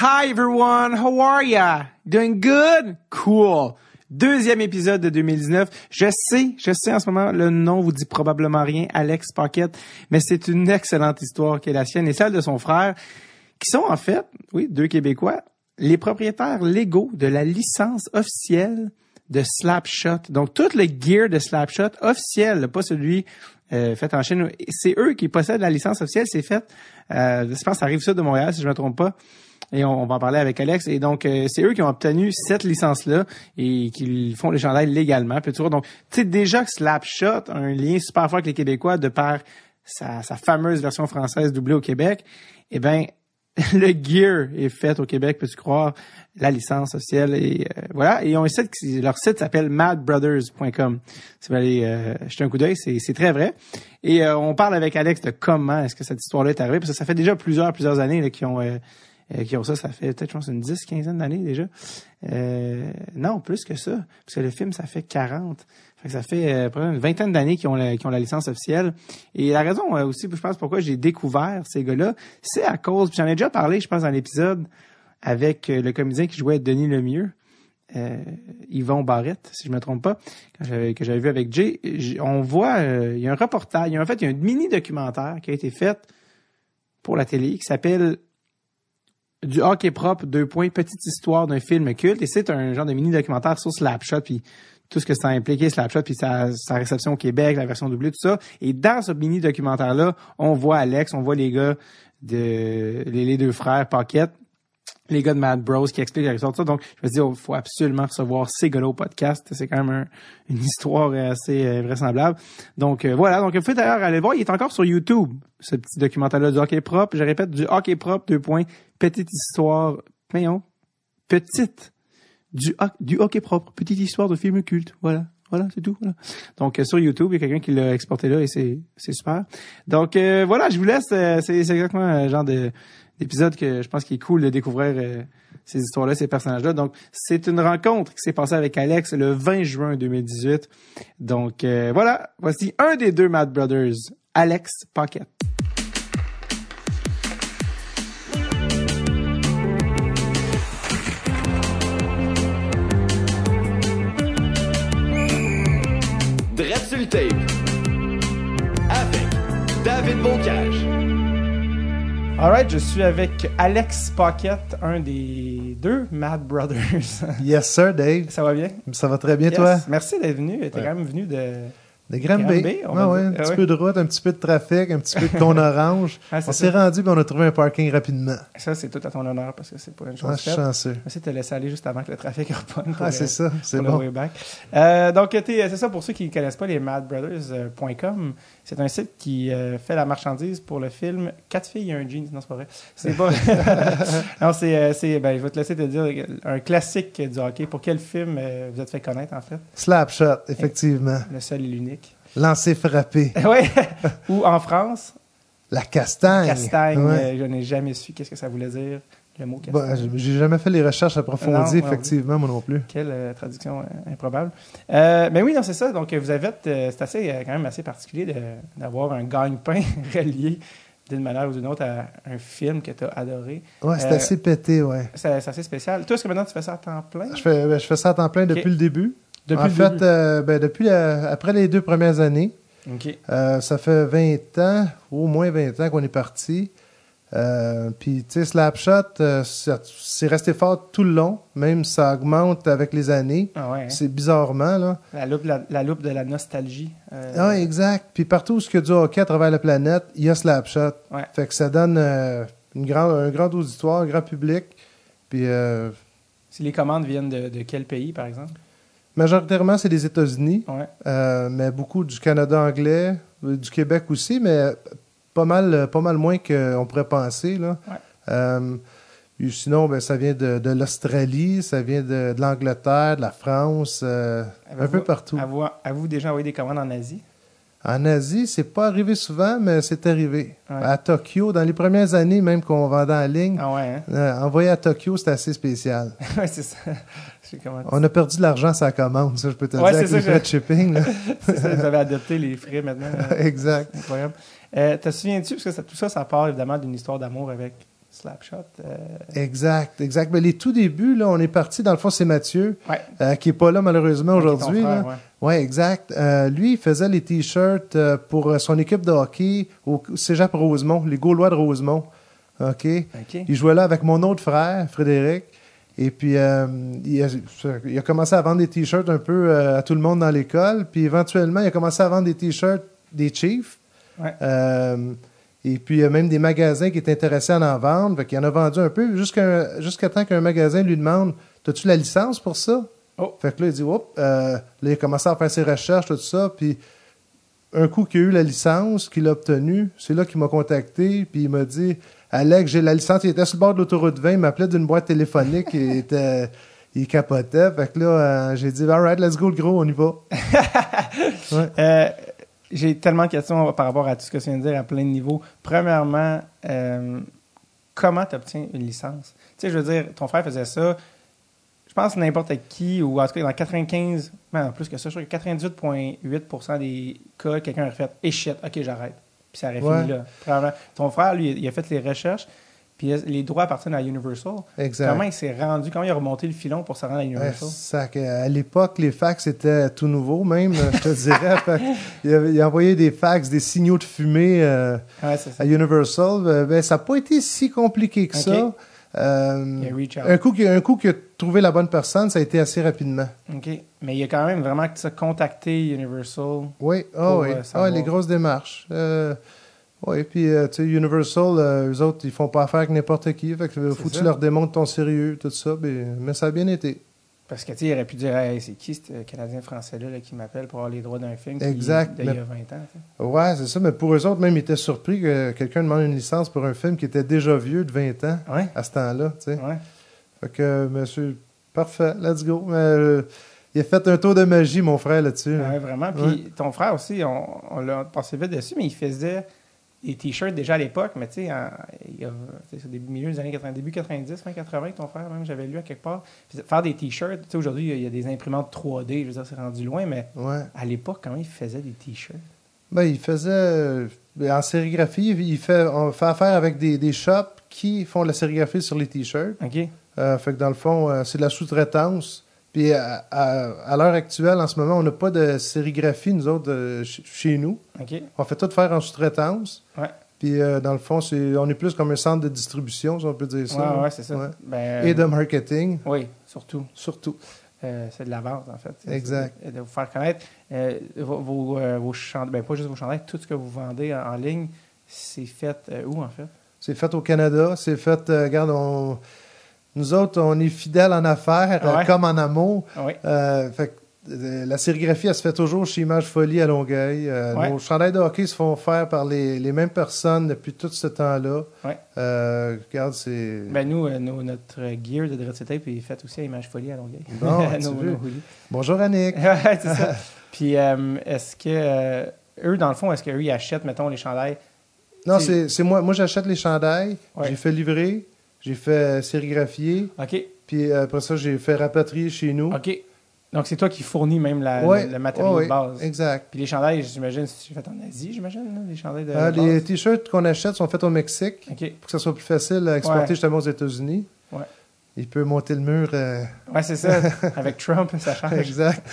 Hi everyone, how are ya? Doing good? Cool. Deuxième épisode de 2019. Je sais, je sais en ce moment, le nom vous dit probablement rien, Alex Paquette, mais c'est une excellente histoire qui est la sienne et celle de son frère, qui sont en fait, oui, deux Québécois, les propriétaires légaux de la licence officielle de Slapshot. Donc, tout le gear de Slapshot officiel, pas celui euh, fait en Chine, c'est eux qui possèdent la licence officielle. C'est fait, euh, je pense, que ça arrive ça de Montréal, si je ne me trompe pas. Et on, on va en parler avec Alex. Et donc, euh, c'est eux qui ont obtenu cette licence-là et qui font les chandails légalement. Puis tu vois, donc, tu sais déjà que Slapshot a un lien super fort avec les Québécois de par sa, sa fameuse version française doublée au Québec. Eh ben, le gear est fait au Québec, peux-tu croire, la licence officielle et euh, voilà. Et ils ont un site, qui- leur site s'appelle madbrothers.com. Si vous allez euh, jeter un coup d'œil, c'est c'est très vrai. Et euh, on parle avec Alex de comment est-ce que cette histoire-là est arrivée, parce que ça fait déjà plusieurs, plusieurs années là, qu'ils ont, euh, euh, qu'ils ont ça. Ça fait peut-être, je pense, une dix, quinzaine d'années déjà. Euh, non, plus que ça, parce que le film, ça fait 40. Fait que ça fait euh, probablement une vingtaine d'années qu'ils ont, la- qu'ils ont la licence officielle. Et la raison euh, aussi, je pense, pourquoi j'ai découvert ces gars-là, c'est à cause, puis j'en ai déjà parlé, je pense, dans l'épisode avec euh, le comédien qui jouait Denis Lemieux, euh, Yvon Barrette, si je me trompe pas, quand j'avais- que j'avais vu avec Jay. J- On voit, euh, il y a un reportage, il y a en fait, il y a un mini-documentaire qui a été fait pour la télé qui s'appelle du hockey propre, deux points, petite histoire d'un film culte. Et c'est un genre de mini-documentaire sur Slapshot, puis tout ce que ça a impliqué, Slapshot, puis sa, sa réception au Québec, la version doublée, tout ça. Et dans ce mini-documentaire-là, on voit Alex, on voit les gars de les, les deux frères Paquette, les gars de Mad Bros qui expliquent la histoire de ça. Donc, je me dis, il faut absolument recevoir ces gars-là au podcast. C'est quand même un- une histoire assez euh, vraisemblable. Donc, euh, voilà. Donc, vous pouvez d'ailleurs aller le voir. Il est encore sur YouTube, ce petit documentaire-là du hockey propre. Je répète, du hockey propre, deux points, petite histoire, voyons, petite, du, ho- du hockey propre, petite histoire de film culte. Voilà. Voilà, c'est tout. Voilà. Donc, euh, sur YouTube, il y a quelqu'un qui l'a exporté là et c'est c'est super. Donc, euh, voilà, je vous laisse. euh, c'est c'est exactement le genre de- d'épisode que je pense qu'il est cool de découvrir euh, ces histoires-là, ces personnages-là. Donc, c'est une rencontre qui s'est passée avec Alex le 20 juin 2018. Donc, euh, voilà, voici un des deux Mad Brothers, Alex Pocket. Drette sur le tape. Avec David Bocage. Alright, je suis avec Alex Pocket, un des deux Mad Brothers. Yes, sir, Dave. Ça va bien? Ça va très bien, Yes. toi? Merci d'être venu. T'es Ouais. quand même venu de... De Granby. Granby, on Ouais, va ouais, dire. un Ah petit ouais. peu de route, un petit peu de trafic, un petit peu de ton orange. Ah, c'est on s'est ça. rendu et on a trouvé un parking rapidement. Ça, c'est tout à ton honneur parce que c'est pas une chose Ah, je suis faite. chanceux. Mais c'est de te laisser aller juste avant que le trafic reprenne. pour, Ah, euh, c'est ça, c'est pour le bon. way back. Euh, donc, t'es- c'est ça pour ceux qui ne connaissent pas les madbrothers.com. C'est un site qui euh, fait la marchandise pour le film Quatre filles et un jean. Non, c'est pas vrai. C'est pas. non, c'est. euh, c'est- ben, je vais te laisser te dire un classique du hockey. Pour quel film euh, vous êtes fait connaître, en fait Slapshot, effectivement. Le seul et l'unique. Lancer frappé. oui. Ou en France, La castagne. Castagne. Ouais. Bah, Euh, je n'ai jamais su qu'est-ce que ça voulait dire, le mot castagne. Bon, j'ai- J'ai jamais fait les recherches Non, approfondies, ouais, effectivement, moi non plus. Quelle euh, traduction euh, improbable. Euh, mais oui, non, c'est ça. Donc, euh, vous avez, euh, c'est assez, euh, quand même assez particulier de- d'avoir un gagne-pain relié d'une manière ou d'une autre à un film que tu as adoré. Ouais, c'est Euh, assez pété, ouais. C'est c'est assez spécial. Toi, est-ce que maintenant tu fais ça à temps plein? Je fais, ben, je fais ça à temps plein depuis Ok. le début. Depuis en le fait, début. euh, ben, depuis la- après les deux premières années, OK. Euh, ça fait 20 ans, au moins 20 ans qu'on est parti. Euh, Puis, tu sais, Slapshot, euh, ça- c'est resté fort tout le long, même ça augmente avec les années. Ah ouais, hein. C'est bizarrement, là. la, loupe, la, la loupe de la nostalgie. euh, Ah, exact. Puis partout où ce que du hockey à travers la planète, il y a Slapshot. Ouais. Fait que ça donne euh, une grande, un grand auditoire, un grand public. Puis, euh, Si les commandes viennent de, de quel pays, par exemple? majoritairement, c'est des États-Unis. Ouais. Euh, mais beaucoup du Canada anglais, euh, du Québec aussi, mais pas mal, euh, pas mal moins qu'on pourrait penser. Là. Ouais. Euh, puis sinon, ben, ça vient de, de l'Australie, ça vient de, de l'Angleterre, de la France, euh, un Avez-vous- peu partout. avez-vous- Avez-vous déjà envoyé des commandes en Asie? En Asie, c'est pas arrivé souvent, mais c'est arrivé. Ouais. À Tokyo, dans les premières années même qu'on vendait en ligne, Ah ouais, hein? euh, envoyer à Tokyo, c'était assez spécial. ouais, c'est ça. Je sais comment- On a perdu de l'argent sur la commande, ça je peux te Ouais, dire, c'est avec ça les que frais de shipping. là. C'est ça, vous avez adopté les frais maintenant. euh, exact. Incroyable. Euh, te souviens-tu, parce que ça- tout ça, ça part évidemment d'une histoire d'amour avec Slapshot. euh, Exact, exact. Mais les tout débuts, là, on est parti. Dans le fond, c'est Mathieu, Ouais. euh, qui est pas là malheureusement qui est ton aujourd'hui. frère, là. ouais. Ouais, exact. Euh, lui, il faisait les t-shirts euh, pour euh, son équipe de hockey au Cégep Rosemont, les Gaulois de Rosemont. OK. OK. Il jouait là avec mon autre frère, Frédéric. Et puis, euh, il, a, il a commencé à vendre des t-shirts un peu euh, à tout le monde dans l'école. Puis éventuellement, il a commencé à vendre des t-shirts des Chiefs. Ouais. Euh, et puis, il y a même des magasins qui étaient intéressés à en vendre. Fait qu'il en a vendu un peu jusqu'à jusqu'à temps qu'un magasin lui demande T'as-tu la licence pour ça Oh. Fait que là, il dit Oups. Euh, là, il a commencé à faire ses recherches, tout ça. Puis, un coup qu'il a eu la licence, qu'il a obtenue, c'est là qu'il m'a contacté. Puis, il m'a dit Alex, j'ai la licence. Il était sur le bord de l'autoroute 20. Il m'appelait d'une boîte téléphonique. il, était, il capotait. Fait que là, euh, j'ai dit All right, let's go, le gros, on y va. Ouais. Euh, j'ai tellement de questions par rapport à tout ce que tu viens de dire à plein de niveaux. Premièrement, euh, comment tu obtiens une licence? Tu sais, je veux dire, ton frère faisait ça. Je pense que n'importe qui, ou en tout cas dans 95, non, plus que ça, je crois que 98,8% des cas, quelqu'un a fait et shit, ok, j'arrête. Puis ça aurait Ouais. fini là. Premièrement, ton frère, lui, il a fait les recherches, puis les droits appartiennent à Universal. Exact. Comment il s'est rendu, comment il a remonté le filon pour se rendre à Ouais, Universal? sac. Euh, à l'époque, les fax étaient tout nouveau, même, euh, je te dirais. Fait que il, avait- il envoyait des fax, des signaux de fumée euh, Ouais, c'est ça. à Universal. Euh, ben, ça n'a pas été si compliqué que Ok. ça. Euh, Il a reach out. un coup qu'il un coup qu'il a trouvé la bonne personne, ça a été assez rapidement. OK. Mais il y a quand même vraiment que ça contacté Universal. Oui, ah Pour, oui. euh, Ah, savoir. les grosses démarches. Euh, oui, puis euh, tu sais, Universal, euh, eux autres, ils font pas affaire avec n'importe qui. Fait que euh, C'est faut que ça. tu leur démontres ton sérieux, tout ça. ben, mais ça a bien été. Parce que, tu sais, il aurait pu dire, hey, c'est qui ce Canadien-Français-là là, qui m'appelle pour avoir les droits d'un film qui- Exact, d'il y mais- a 20 ans? tu sais. Ouais, c'est ça, mais pour eux autres, même, ils étaient surpris que quelqu'un demande une licence pour un film qui était déjà vieux de 20 ans Ouais. à ce temps-là, tu sais. Ouais. Fait que, monsieur, parfait, let's go. Mais, euh, il a fait un tour de magie, mon frère, là-dessus. là. Ouais, vraiment. Puis ton frère aussi, on, on l'a passé vite dessus, mais il faisait des t-shirts déjà à l'époque, mais tu sais, en- il y a- tu sais, c'est au début, milieu des années 90, début 90, fin 80, ton frère, même, j'avais lu à quelque part. Puis faire des t-shirts, tu sais, aujourd'hui, il y a- il y, a des imprimantes 3D, je veux dire, c'est rendu loin, mais Ouais. à l'époque, comment il faisait des t-shirts? Ben, il faisait. euh, En sérigraphie, il fait, on fait affaire avec des, des shops qui font de la sérigraphie sur les t-shirts. OK? Euh, fait que dans le fond, euh, c'est de la sous-traitance. Puis à, à- à l'heure actuelle, en ce moment, on n'a pas de sérigraphie, nous autres, euh, ch- chez nous. OK? On fait tout faire en sous-traitance. Ouais. Puis euh, dans le fond, c'est, on est plus comme un centre de distribution, si on peut dire ça. Ouais, là. ouais, c'est ça. Ouais. Ben, Et de marketing, Oui, surtout. surtout. Euh, c'est de la vente, en fait. C'est- Exact. c'est De, de vous faire connaître euh, vos, vos, euh, vos chandails, ben, pas juste vos chandails, tout ce que vous vendez en, en ligne, c'est fait euh, où, en fait? C'est fait au Canada, c'est fait, euh, regarde, on- nous autres, on est fidèles en affaires, euh, Ouais. comme en amour. Ah Oui. Euh, fait que, euh, la sérigraphie, elle se fait toujours chez Image Folie à Longueuil. Euh, Ouais. Nos chandails de hockey se font faire par les, les mêmes personnes depuis tout ce temps-là. Ouais. Euh, regarde, c'est... Ben, nous, euh, nos- notre gear de Dread Tape est fait aussi à Image Folie à Longueuil. Bon, tu Nos- veux. nos hoodies. Bonjour, Annick. Ouais, c'est ça. Puis, euh, est-ce que euh, eux, dans le fond, est-ce qu'eux, ils achètent, mettons, les chandails? Non, C'est- c'est c'est moi. Moi, j'achète les chandails. Ouais. J'ai fait livrer. J'ai fait sérigraphier. OK. Puis euh, après ça, j'ai fait rapatrier chez nous. OK. Donc, c'est toi qui fournis même la, Ouais, le, le matériel ouais, de base. Exact. Puis les chandails, j'imagine, c'est fait en Asie, j'imagine, là, les chandails de Euh, base. les t-shirts qu'on achète sont faits au Mexique OK. pour que ça soit plus facile à exporter Ouais. justement aux États-Unis. Ouais. Il peut monter le mur. euh, Ouais, c'est ça. Avec Trump, ça change. exact.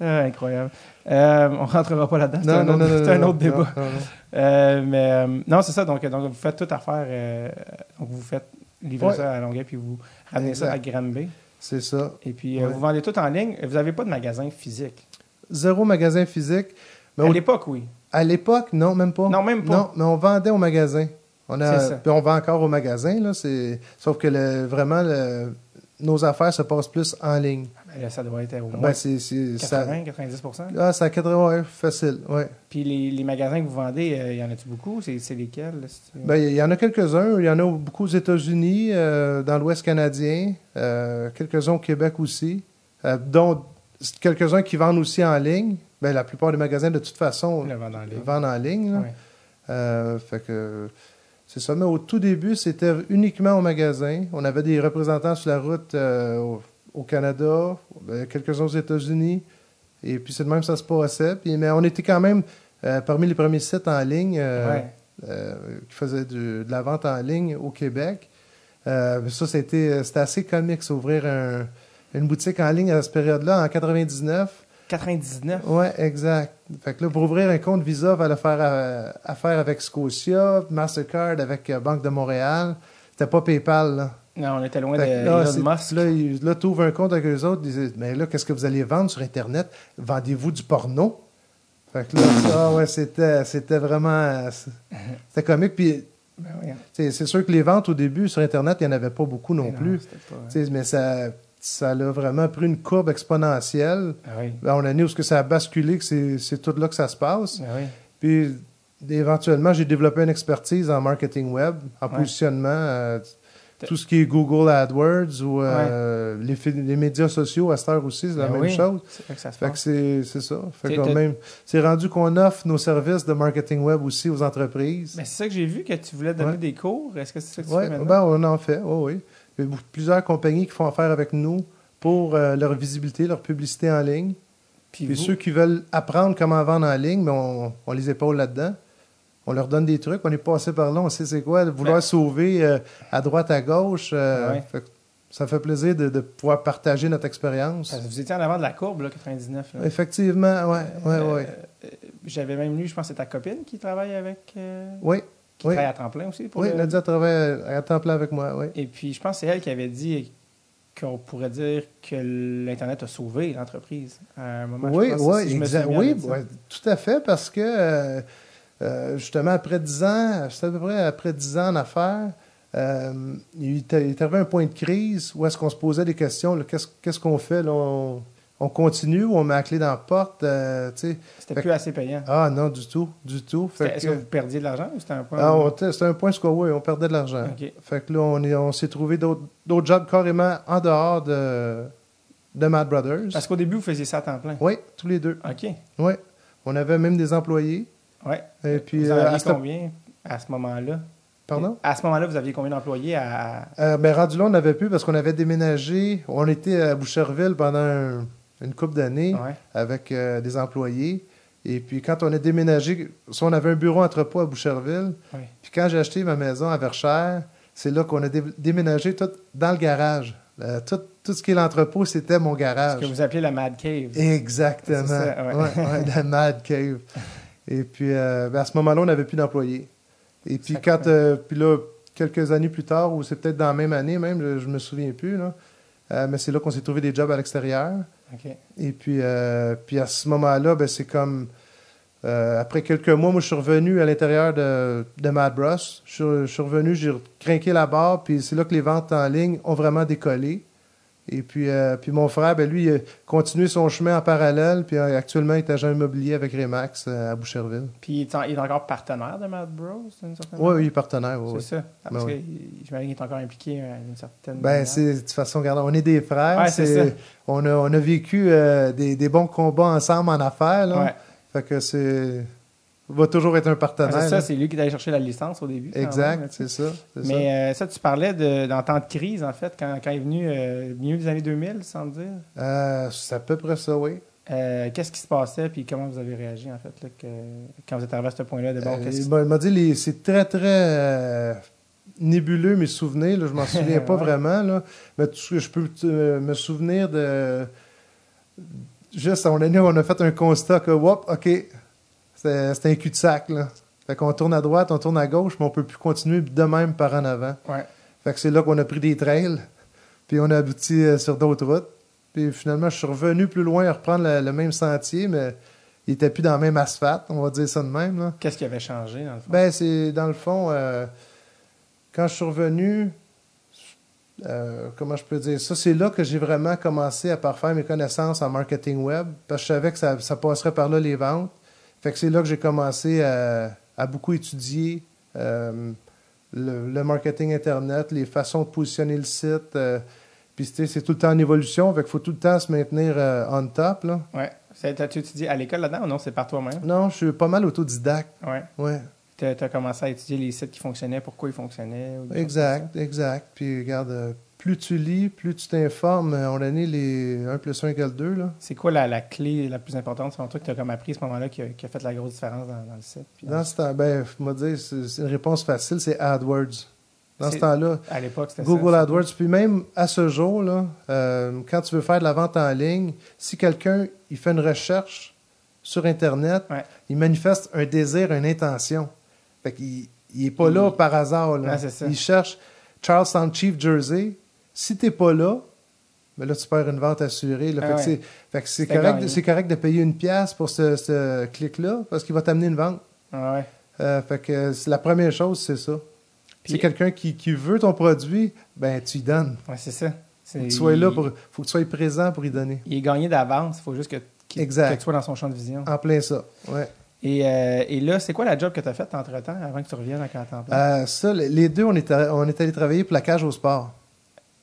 Ah, incroyable. Euh, on rentrera pas là-dedans. C'est Non, un, non, autre- non, non, c'est un non, autre débat. non, non, non. Euh, mais euh, non, c'est ça. Donc, donc, vous faites tout à faire. euh, donc, vous faites livrer Ouais. ça à Longueuil, puis vous ramenez ça à Exact. Granby. C'est ça. Et puis, euh, Ouais. vous vendez tout en ligne. Vous n'avez pas de magasin physique. Zéro magasin physique. Mais à au- l'époque, oui. à l'époque, non, même pas. Non, même pas. Non, mais on vendait au magasin. On C'est ça. a, puis on vend encore au magasin, là, c'est- sauf que le- vraiment, le- nos affaires se passent plus en ligne. Ben, là, ça doit être au Ben, moins c'est, c'est- ça- 80-90 Ah, c'est à 80, ouais, facile, ouais. Puis, les, les magasins que vous vendez, euh, il y en a-tu beaucoup? C'est c'est lesquels? là, si tu- Ben, il y en a quelques-uns. Il y en a beaucoup aux États-Unis, euh, dans l'Ouest canadien, euh, quelques-uns au Québec aussi, euh, dont quelques-uns qui vendent aussi en ligne. Ben, la plupart des magasins, de toute façon, Le vendent en ligne. vendent en ligne. là. Ouais. Euh, fait que c'est ça. Mais au tout début, c'était uniquement au magasin. On avait des représentants sur la route euh, au, au Canada, ben, quelques-uns aux États-Unis. Et puis c'est de même que ça se passait. Puis, mais on était quand même euh, parmi les premiers sites en ligne euh, Ouais. euh, qui faisait du- de la vente en ligne au Québec. Euh, ça, c'était c'était assez comique, ça, ouvrir un- une boutique en ligne à cette période-là, en 99. 99. Ouais, exact. Fait que là, pour ouvrir un compte Visa, fallait faire euh, affaire avec Scotia, Mastercard avec euh, Banque de Montréal. C'était pas PayPal, là. Non, on était loin de Fait que là, c'est- euh, Elon Musk. là, ils- là, t'ouvres un compte avec eux autres, ils disent, mais là, qu'est-ce que vous allez vendre sur Internet? Vendez-vous du porno? Fait que là, ça, ouais, c'était, c'était vraiment, euh, c'était comique. Puis, Ben oui, hein. t'sais, c'est sûr que les ventes au début sur Internet, il n'y en avait pas beaucoup non, Mais non, plus. Ah, c'était pas- T'sais, mais ça, ça a vraiment pris une courbe exponentielle. Ah oui. Ben, on a né où ce que ça a basculé, que c'est, c'est tout là que ça se passe. Ah oui. Puis éventuellement, j'ai développé une expertise en marketing web, en Ouais. positionnement, euh, tout ce qui est Google AdWords ou euh, les, fi- les médias sociaux à cette heure aussi, c'est la Ben même oui, Ah. chose. C'est vrai que ça se Fait que passe. c'est c'est ça. Fait T'sais, que t'as- même, c'est rendu qu'on offre nos services de marketing web aussi aux entreprises. Mais c'est ça que j'ai vu, que tu voulais donner Ouais. des cours. Est-ce que Ben, c'est ça que tu Oui, fais maintenant? ben on en fait, oui, oui. Il y a beaucoup- plusieurs compagnies qui font affaire avec nous pour euh, leur visibilité, leur publicité en ligne. Puis Puis vous? ceux qui veulent apprendre comment vendre en ligne, mais on, on les épaule là-dedans. On leur donne des trucs, on est passé par là, on sait c'est quoi, de vouloir Ben- sauver euh, à droite, à gauche. euh, Ouais. fait que ça fait plaisir de, de pouvoir partager notre expérience. Parce que vous étiez en avant de la courbe, là, 99. là. Effectivement, ouais, ouais, Euh, ouais. euh, J'avais même lu, je pense que c'est ta copine qui travaille avec. euh, Oui, qui oui. travaille à temps plein aussi. Pour oui, le- Nadia travaille à temps plein avec moi, oui. Et puis, je pense que c'est elle qui avait dit qu'on pourrait dire que l'Internet a sauvé l'entreprise à un moment. oui, je pense, oui, si je me exact. souviens oui, de ça. ouais, tout à fait, parce que euh, euh, justement, après 10 ans, c'est à peu près après 10 ans en affaires, euh, il est il est arrivé un point de crise où est-ce qu'on se posait des questions, là, qu'est-ce qu'est-ce qu'on fait, là, on, on continue ou on met la clé dans la porte, euh, tu sais. C'était Fait plus assez payant. Ah non, du tout, du tout. Fait C'était- Est-ce que- que vous perdiez de l'argent ou c'était un point? ah, on était- c'était un point score, oui, on perdait de l'argent. Ok. Fait que là, on est- on s'est trouvé d'autres d'autres jobs carrément en dehors de, de Mad Brothers. Parce qu'au début, vous faisiez ça à temps plein. Oui, tous les deux. OK. Oui. On avait même des employés. Ouais. Et puis, vous en euh, aviez à ce- combien à ce moment-là? Pardon? À ce moment-là, vous aviez combien d'employés à... Euh, ben, rendu là, on n'avait plus parce qu'on avait déménagé. On était à Boucherville pendant un- une couple d'années Ouais. avec euh, des employés. Et puis, quand on a déménagé, ça, on avait un bureau entrepôt à Boucherville. Ouais. Puis, quand j'ai acheté ma maison à Verchères, c'est là qu'on a dé- déménagé tout dans le garage. Euh, tout, tout ce qui est l'entrepôt, c'était mon Ce garage. que vous appelez la Mad Cave. Exactement. C'est ça, ouais. Ouais, ouais, la Mad Cave. Et puis, euh, ben, à ce moment-là, on n'avait plus d'employés. Et puis, Ça quand, comprend. euh, puis là, quelques années plus tard, ou c'est peut-être dans la même année même, je, je me souviens plus, là, euh, mais c'est là qu'on s'est trouvé des jobs à l'extérieur. OK. Et puis, euh, puis à ce moment-là, ben, c'est comme. euh, après quelques mois, moi, je suis revenu à l'intérieur de, de Mad Bros. Je, suis- je suis revenu, j'ai craqué la barre, puis c'est là que les ventes en ligne ont vraiment décollé. Et puis, euh, puis mon frère, ben, lui, il a continué son chemin en parallèle, puis euh, actuellement, il est agent immobilier avec Remax euh, à Boucherville. Puis il est, en- il est encore partenaire de Mad Bros, d'une certaine Oui, oui, il est Ah partenaire. C'est ouais, ouais. ça. Ah, Parce Ben que j'imagine qu'il est encore impliqué euh, d'une certaine Ben, c'est, de toute façon, regarde, on est des frères. Ouais, c'est c'est- ça. on, a, on a vécu euh, des, des bons combats ensemble en affaires. Là. Ouais. Fait que c'est. Va toujours être un Ah, partenaire. c'est ça, là. c'est lui qui est allé chercher la licence au début. quand même, là, Exact, tu sais. c'est ça. c'est ça. Mais euh, ça, tu parlais de, dans temps de crise, en fait, quand, quand est venu euh, le milieu des années 2000, sans le dire. Euh, c'est à peu près ça, oui. Euh, qu'est-ce qui se passait, puis comment vous avez réagi, en fait, là, que- quand vous êtes arrivé à ce point-là, de bon, Euh, qu'est-ce il qui- m'a il m'a dit, les- c'est très, très euh, nébuleux, mes souvenirs. là, je m'en souviens pas Ouais. vraiment. Là. Mais tout ce que je peux euh, me souvenir de... Juste, on a, on a fait un constat que, whoop, OK, c'est c'est un cul-de-sac. Là. Fait qu'on tourne à droite, on tourne à gauche, mais on peut plus continuer de même par en avant. Ouais. Fait que c'est là qu'on a pris des trails, puis on a abouti euh, sur d'autres routes. Puis finalement, je suis revenu plus loin à reprendre le, le même sentier, mais il était plus dans le même asphalte, on va dire ça de même. là. Qu'est-ce qui avait changé, dans le fond? Ben, c'est dans le fond, euh, quand je suis revenu, euh, comment je peux dire ça, c'est là que j'ai vraiment commencé à parfaire mes connaissances en marketing web, parce que je savais que ça, ça passerait par là les ventes. Fait que c'est là que j'ai commencé à, à beaucoup étudier euh, le, le marketing Internet, les façons de positionner le site. euh, puis tu sais, c'est tout le temps en évolution, fait qu'il faut tout le temps se maintenir euh, on top. Là. Ouais. C'est- T'as-tu étudié à l'école là-dedans ou non? C'est par toi-même? Non, je suis pas mal autodidacte. Ouais. Ouais. tu as, commencé à étudier les sites qui fonctionnaient, pourquoi ils fonctionnaient. ou des choses Exact, exact. Puis regarde, euh, plus tu lis, plus tu t'informes. Euh, On a né les 1 plus 1 égale 2, là. C'est quoi la, la clé la plus importante sur un truc que tu as comme appris à ce moment-là qui a, qui a fait la grosse différence dans, dans le site? puis dans- Dans ce temps, ben, faut me dire, c'est c'est une réponse facile, c'est AdWords. Dans ce C'est- temps-là, à l'époque, c'était ça. Google AdWords, puis même à ce jour, là, euh, quand tu veux faire de la vente en ligne, si quelqu'un il fait une recherche sur Internet, Ouais. il manifeste un désir, une intention. Fait qu'il n'est pas là par hasard. là. Ouais, c'est ça. il cherche Charlestown Chief Jersey. Si t'es pas là, ben là, tu perds une vente assurée. là. Ah fait, que ouais. c'est- fait que c'est C'était correct, gagné. c'est correct de payer une pièce pour ce, ce clic-là, parce qu'il va t'amener une vente. Ah ouais. Euh, fait que c'est la première chose, c'est ça. Puis- Si quelqu'un qui, qui veut ton produit, ben tu y donnes. Ouais, c'est ça. C'est- Faut que tu sois là il- pour, faut que tu sois présent pour y donner. Il est gagné d'avance, il faut juste que, qu'il- Exact. que tu sois dans son champ de vision. En plein ça. Ouais. Et, euh, et là, c'est quoi la job que tu as faite entre-temps, avant que tu reviennes à Canton Plan? Euh, ça, les- les deux, on est, allé- on est allé travailler pour la cage au sport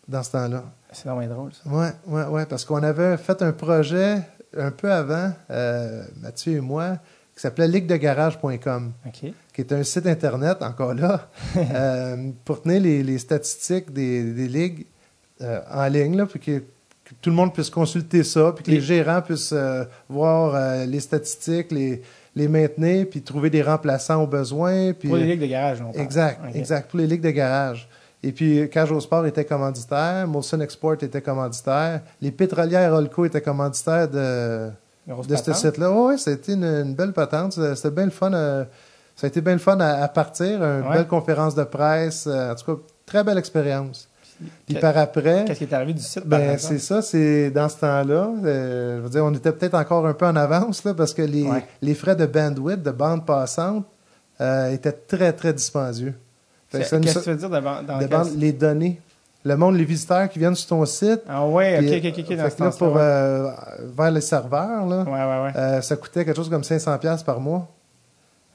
dans ce temps-là. C'est vraiment drôle, ça. Ouais, ouais, ouais, parce qu'on avait fait un projet un peu avant, euh, Mathieu et moi, qui s'appelait liguedegarage.com. OK. qui est un site internet, encore là, euh, pour tenir les, les statistiques des, des ligues euh, en ligne, là, pour que, que tout le monde puisse consulter ça, puis que les Et- gérants puissent euh, voir euh, les statistiques, les, les maintenir, puis trouver des remplaçants aux besoins. Puis, Pour les ligues de garage, on parle. Exact, Ok. exact, pour les ligues de garage. Et puis, Cage au Sport était commanditaire, Molson Export était commanditaire, les pétrolières Olco étaient commanditaires de, Grosse de ce patente. site-là. Oui, ouais, c'était une, une belle patente. Ça- C'était bien le fun. euh, ça a été bien le fun à, à partir. Une Ouais. belle conférence de presse. euh, en tout cas, très belle expérience. Puis que- par après, Qu'est-ce qui est arrivé du site? par ben, exemple? c'est ça. C'est dans ce temps-là. euh, je veux dire, on était peut-être encore un peu en avance là, parce que les, Ouais. les frais de bandwidth, de bande passante, euh, étaient très, très dispendieux. Fait que Qu'est-ce ça nous- que tu veux dire devant, dans de quel- bande- les données. Le monde, les visiteurs qui viennent sur ton site. Ah ouais, puis, euh, OK, OK, OK, fait dans ce que là, sens-là, pour, ouais. euh, vers les serveurs, là, Ouais, ouais, ouais. euh, ça coûtait quelque chose comme 500 pièces par mois.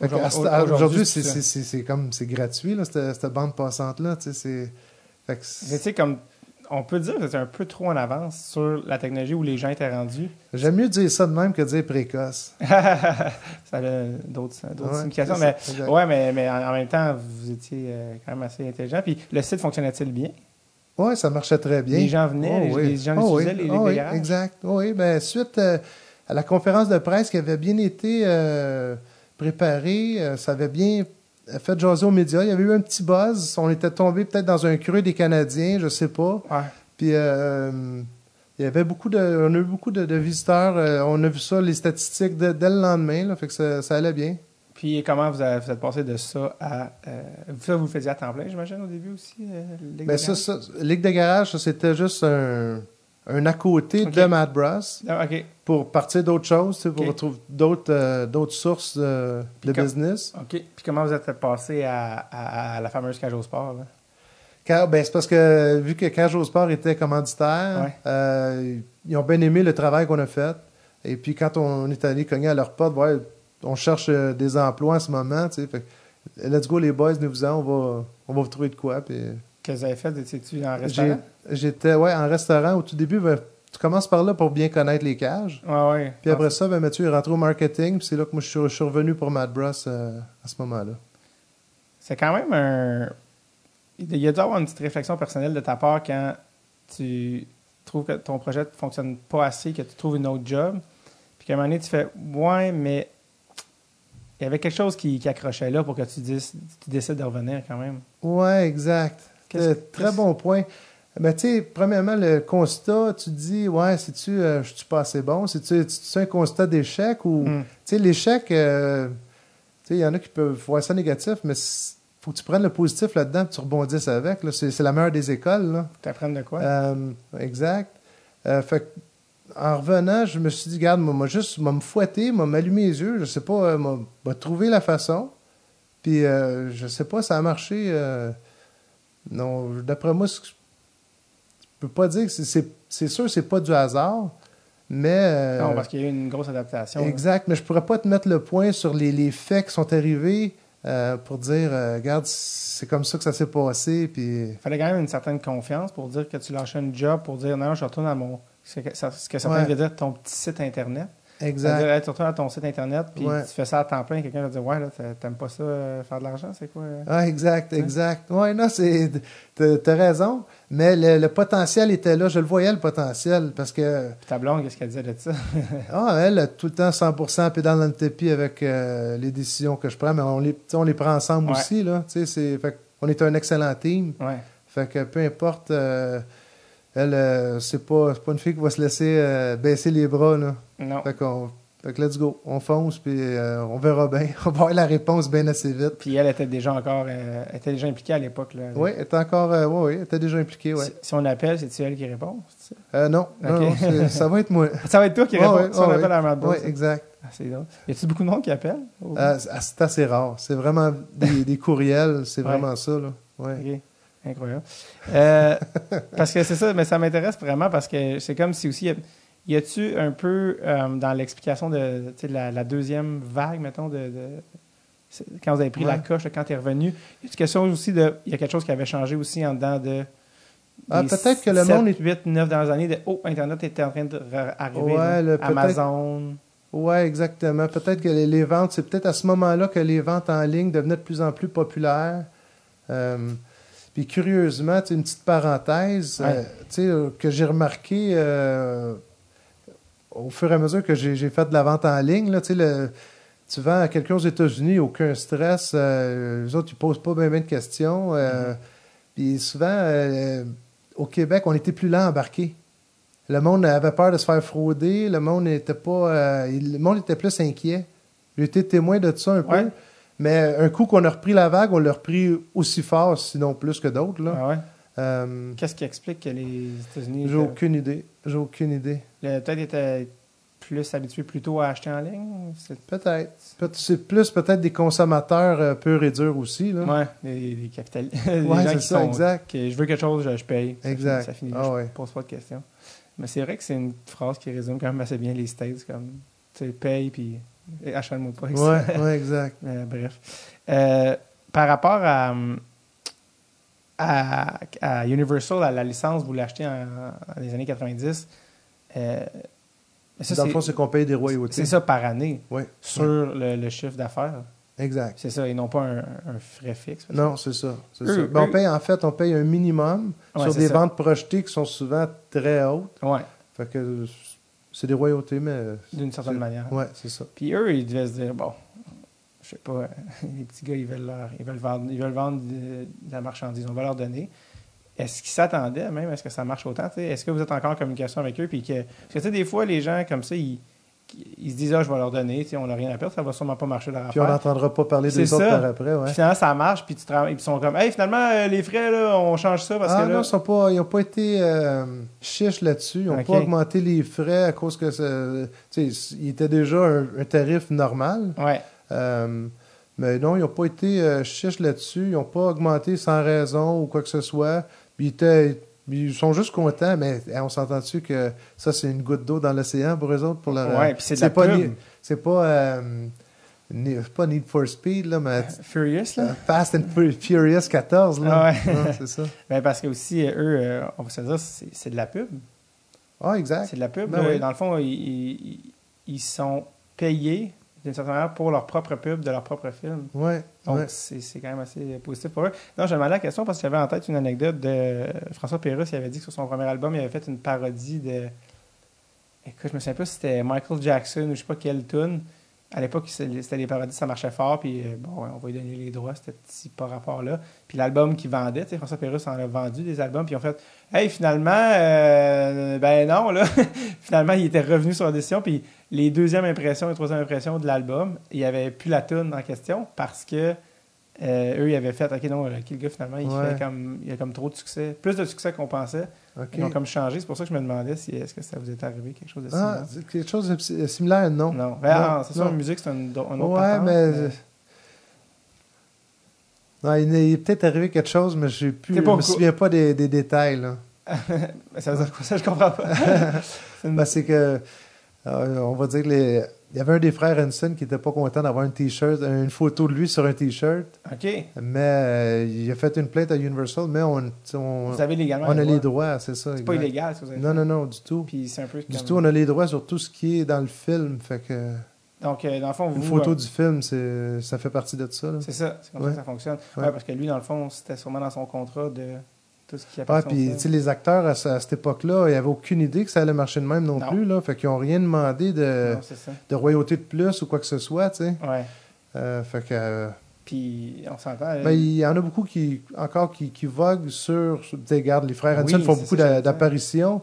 Fait que Aujourd'hui- à- à- aujourd'hui, Aujourd'hui, c'est c'est ça. c'est- c'est- c'est comme c'est gratuit là, cette, cette bande passante là. Tu sais, c'est- fait que Mais c'est- tu sais, comme on peut dire que c'est un peu trop en avance sur la technologie où les gens étaient rendus. J'aime mieux dire ça de même que dire précoce. ça a d'autres d'autres Ouais, significations. c'est Mais, ça, exact. ouais, mais, mais en, en même temps, vous étiez euh, quand même assez intelligent. Puis le site fonctionnait-il bien? Oui, ça marchait très bien. Oh Les gens venaient, les- oui. les gens les oui, Oh, utilisaient, les- les oui, garages. Exact. Oui, ben, suite euh, à la conférence de presse qui avait bien été euh, préparée, euh, ça avait bien fait jaser aux médias. Il y avait eu un petit buzz. On était tombé peut-être dans un creux des Canadiens, je sais pas. Ouais. Puis euh, il y avait beaucoup de, on a eu beaucoup de, de visiteurs. Euh, on a vu ça, les statistiques de- dès le lendemain. Là, fait que ça, ça allait bien. Puis comment vous, avez- vous êtes passé de ça à. euh, ça, vous le faisiez à temps plein, j'imagine, au début aussi? euh, Ligue Mais de Ben, ça, ça, Ligue de garage, ça, c'était juste un, un à côté Ok. de Mad Brass Ah, OK. pour partir d'autres choses, tu sais, pour Ok. retrouver d'autres euh, d'autres sources euh, de quand- business. OK. Puis comment vous êtes passé à, à- à la fameuse cage au sport? là? Car, ben, c'est parce que vu que Cage au Sport était commanditaire, Ouais. euh, ils ont bien aimé le travail qu'on a fait. Et puis quand on est allé cogner à leur porte, ouais, on cherche euh, des emplois en ce moment. tu sais, fait que, let's go les boys, nous vous en, on va, on va vous trouver de quoi. Puis, euh, Que vous avez fait? Étais-tu en j'ai- restaurant? J'étais ouais, en restaurant au tout début. ben, tu commences par là pour bien connaître les cages. Ouais, ouais. Puis après ça, ben, Mathieu est rentré au marketing. Puis c'est là que moi je suis- je suis revenu pour Mad Bros euh, à ce moment-là. C'est quand même un. Il y a dû avoir une petite réflexion personnelle de ta part quand tu trouves que ton projet ne fonctionne pas assez, que tu trouves une autre job. Puis qu'à un moment donné, tu fais Ouais, mais il y avait quelque chose qui, qui accrochait là pour que tu, dises- tu décides de revenir quand même. Ouais, exact. Qu'est-ce- Euh, qu'est-ce- très bon point. Mais tu sais, premièrement, le constat, tu te dis, ouais, si tu je suis pas assez bon, si tu c'est un constat d'échec ou Mm. tu sais l'échec euh, tu sais, il y en a qui peuvent voir ça négatif, mais c'est- faut que tu prennes le positif là-dedans, puis tu rebondisses avec là, c'est c'est la meilleure des écoles là. Tu apprennes de quoi Euh, exact. Euh, fait que, en revenant, je me suis dit, garde, moi, moi, juste, moi, me fouetter, moi, m'allumer les yeux, je sais pas, euh, moi, m'a trouver la façon. Puis, euh, je sais pas, ça a marché. euh, non, d'après moi, c'est- je peux pas dire que c'est- c'est c'est sûr, c'est pas du hasard, mais. euh, Non, parce qu'il y a eu une grosse adaptation. là. Exact, mais je pourrais pas te mettre le point sur les, les faits qui sont arrivés euh, pour dire, euh, regarde, c'est comme ça que ça s'est passé, puis. Il fallait quand même une certaine confiance pour dire que tu lâchais un job, pour dire non, je retourne à mon. Ce que, ça- ce que certains Ouais. veulent dire, ton petit site Internet. Ça Exact. doit être surtout à ton site internet, puis Ouais. tu fais ça à temps plein, quelqu'un va dire Ouais, là, t'a- t'aimes pas ça, euh, faire de l'argent, c'est quoi euh? Ah, exact, exact. Ouais, non, c'est. T'as t'as raison. Mais le, le potentiel était là. Je le voyais, le potentiel. Parce que. Puis ta blonde, qu'est-ce qu'elle disait de ça Ah, elle a tout le temps 100% pédale dans le tapis avec euh, les décisions que je prends. Mais on les, tu sais, on les prend ensemble Ouais. aussi, là. Tu sais, c'est. Fait on est un excellent team. Ouais. Fait que peu importe. euh, elle, euh, c'est pas, c'est pas une fille qui va se laisser euh, baisser les bras, là. Non. Fait, qu'on- fait que let's go. On fonce, puis euh, on verra bien. On va avoir la réponse bien assez vite. Puis elle était déjà encore euh, elle était déjà impliquée à l'époque. là. Oui, elle était encore. euh, oui, oui, elle était déjà impliquée, oui. Si, si on appelle, c'est-tu elle qui répond C'est ça? Euh, non, non, Ok. non, c'est- ça va être moi. Ça va être toi qui Ouais, réponds ouais, si on ouais, appelle à Mad Oui, exact. Ah, C'est drôle. Y a-tu beaucoup de monde qui appelle Ou- Euh, c'est c'est assez rare. C'est vraiment des, des courriels, c'est Ouais. vraiment ça, là. Ouais. Ok. Incroyable. Euh, parce que c'est ça, mais ça m'intéresse vraiment parce que c'est comme si aussi. Y a-tu un peu euh, dans l'explication de, tu sais, de la, la deuxième vague, mettons, de, de- c'est- quand vous avez pris Ouais. la coche, quand tu es revenu, y a-tu quelque chose aussi de. Y a quelque chose qui avait changé aussi en dedans de. Ah, des peut-être que le monde est- 8, 9 dernières années de. Oh, Internet était en train d'arriver. Ouais, le- peut-être- Amazon. Ouais, exactement. Peut-être que les, les ventes, c'est peut-être à ce moment-là que les ventes en ligne devenaient de plus en plus populaires. Euh, puis curieusement, tu sais, une petite parenthèse Ouais. euh, tu sais, euh, que j'ai remarqué euh, au fur et à mesure que j'ai j'ai fait de la vente en ligne, là, tu sais, le- tu vends à quelqu'un aux États-Unis, aucun stress. euh, les autres, ils posent pas bien de questions. euh, Puis souvent, euh, au Québec, on était plus lent à embarquer. Le monde avait peur de se faire frauder. Le monde n'était pas. euh, il- le monde était plus inquiet. J'ai été témoin de ça un peu. Ouais. Mais un coup qu'on a repris la vague, on l'a repris aussi fort, sinon plus que d'autres. là. Ah ouais. Euh, Qu'est-ce qui explique que les États-Unis. étaient- J'ai aucune idée. J'ai aucune idée. le- Peut-être étaient plus habitués plutôt à acheter en ligne c'est- Peut-être. Peut- C'est plus peut-être des consommateurs euh, purs et durs aussi. Là. Ouais, des, des capitalistes. Ouais, des gens c'est qui ça, sont, exact. qui- je veux quelque chose, je, je paye. Ça Exact. finit- Ça finit, Ah je ouais. pose pas de questions. Mais c'est vrai que c'est une phrase qui résume quand même assez bien les States, comme, tu sais, paye, puis et achète-moi pas. avec ça. Ouais, ouais, exact. Euh, bref. Euh, par rapport à, à, à Universal, à la licence, vous l'achetez en, dans les années 90. euh, mais ça, Dans le c'est- fond, c'est qu'on paye des royautés. c'est ça par année, Oui, sur le, le chiffre d'affaires. exact. C'est ça, et non pas un, un frais fixe. Non, c'est ça. c'est Eux- ça. Ben, eux- on paye, en fait, on paye un minimum Ouais, sur c'est des ça. ventes projetées qui sont souvent très hautes. Ouais, Fait que c'est des royautés, mais. d'une certaine C'est- manière. Ouais, c'est ça. Puis eux, ils devaient se dire, bon, je sais pas, les petits gars, ils veulent, leur- ils veulent vendre, ils veulent vendre de, de la marchandise, on va leur donner. Est-ce qu'ils s'attendaient même à ce que ça marche autant? tu sais? Est-ce que vous êtes encore en communication avec eux? Puis que, parce que tu sais, des fois, les gens comme ça, ils, ils se disent, ah, je vais leur donner, tu sais, on n'a rien à perdre, ça va sûrement pas marcher leur Puis on affaire. n'entendra pas parler C'est des autres ça. par après, ouais. Puis finalement, ça marche, puis tu travailles, puis ils sont comme, hey, finalement, euh, les frais, là, on change ça parce ah que là. non, ils sont pas- ils n'ont pas été euh, chiches là-dessus. Ils n'ont pas Ok. augmenté les frais à cause que ça- tu sais, il était déjà un, un tarif normal. Ouais, Euh, mais non, ils n'ont pas été euh, chiches là-dessus. Ils n'ont pas augmenté sans raison ou quoi que ce soit. Puis ils, étaient- ils sont juste contents, mais eh, on s'entend-tu que ça, c'est une goutte d'eau dans l'océan pour eux autres, pour leur... Ouais, puis c'est de la pas pub. ni- C'est pas... euh, ni- pas Need for Speed, là, mais Furious, là. euh, Fast and Fu- Furious 14, Ah là. ouais. Non, c'est ça. Ben, parce que aussi, euh, eux, euh, on va se dire, c'est c'est de la pub. Ah, exact. C'est de la pub. Ben là. oui. Dans le fond, ils, ils- ils sont payés d'une certaine manière pour leur propre pub de leur propre film. Ouais, Donc, ouais. c'est c'est quand même assez positif pour eux. Non, j'ai demandé la question parce que j'avais en tête une anecdote de François Pérus. Il avait dit que sur son premier album, il avait fait une parodie de. Écoute, je me souviens pas si c'était Michael Jackson ou je sais pas quel tune. À l'époque, c'est- c'était les parodies, ça marchait fort. Puis euh, bon, on va lui donner les droits, c'était petit par rapport là. Puis l'album qu'il vendait, tu sais, François Pérus en a vendu des albums. Puis ils ont fait Hey, finalement, euh, ben non, là. finalement, il était revenu sur la décision. Puis les deuxièmes impressions et troisième impressions de l'album, il n'y avait plus la tune en question parce que euh, eux, ils avaient fait, OK, non, euh, le Kill Guy, finalement, il, Ouais. fait comme, il a comme trop de succès, plus de succès qu'on pensait. OK. Ils ont comme changé. C'est pour ça que je me demandais si est-ce que ça vous est arrivé quelque chose de Ah, similaire. c'est quelque chose de si- similaire, non. non. Ben, non, ah, c'est sûr, non. en musique, c'est une, do- une autre Ouais, patente, mais... Non, il est il est peut-être arrivé quelque chose, mais j'ai plus, T'es je pas au me cou- souviens pas des, des détails. là. mais ça veut dire quoi ça? Je comprends pas. C'est une- Ben, c'est que, euh, on va dire, que les, Il y avait un des frères Henson qui était pas content d'avoir un t-shirt, une photo de lui sur un t-shirt. OK. Mais euh, il a fait une plainte à Universal, mais on, on, Vous avez légalement on a les les droits. droits, c'est ça. C'est pas exact. illégal, ce que vous avez Non, fait. non, non, du tout. Puis c'est un peu. Du comme- tout, on a les droits sur tout ce qui est dans le film. Fait que Donc, euh, dans le fond, vous. une photo euh, du film, c'est ça fait partie de ça. là. C'est ça, c'est comme ça Ouais. que ça fonctionne. Ouais. Ouais, parce que lui, dans le fond, c'était sûrement dans son contrat de tout ce qui Ah, appartient. puis au tu sais, film. les acteurs à, ce- à cette époque-là, ils n'avaient aucune idée que ça allait marcher de même non, Non. plus. Là, fait qu'ils n'ont rien demandé de, Non, c'est ça. de royauté de plus ou quoi que ce soit. tu sais. Ouais. Euh, fait que, euh, Puis on s'entend. ben, il y en a beaucoup qui encore qui, qui voguent sur. sur- tu sais, regarde, les frères Oui, Hanson font c'est beaucoup ça, d'a- j'allais dire. d'apparitions.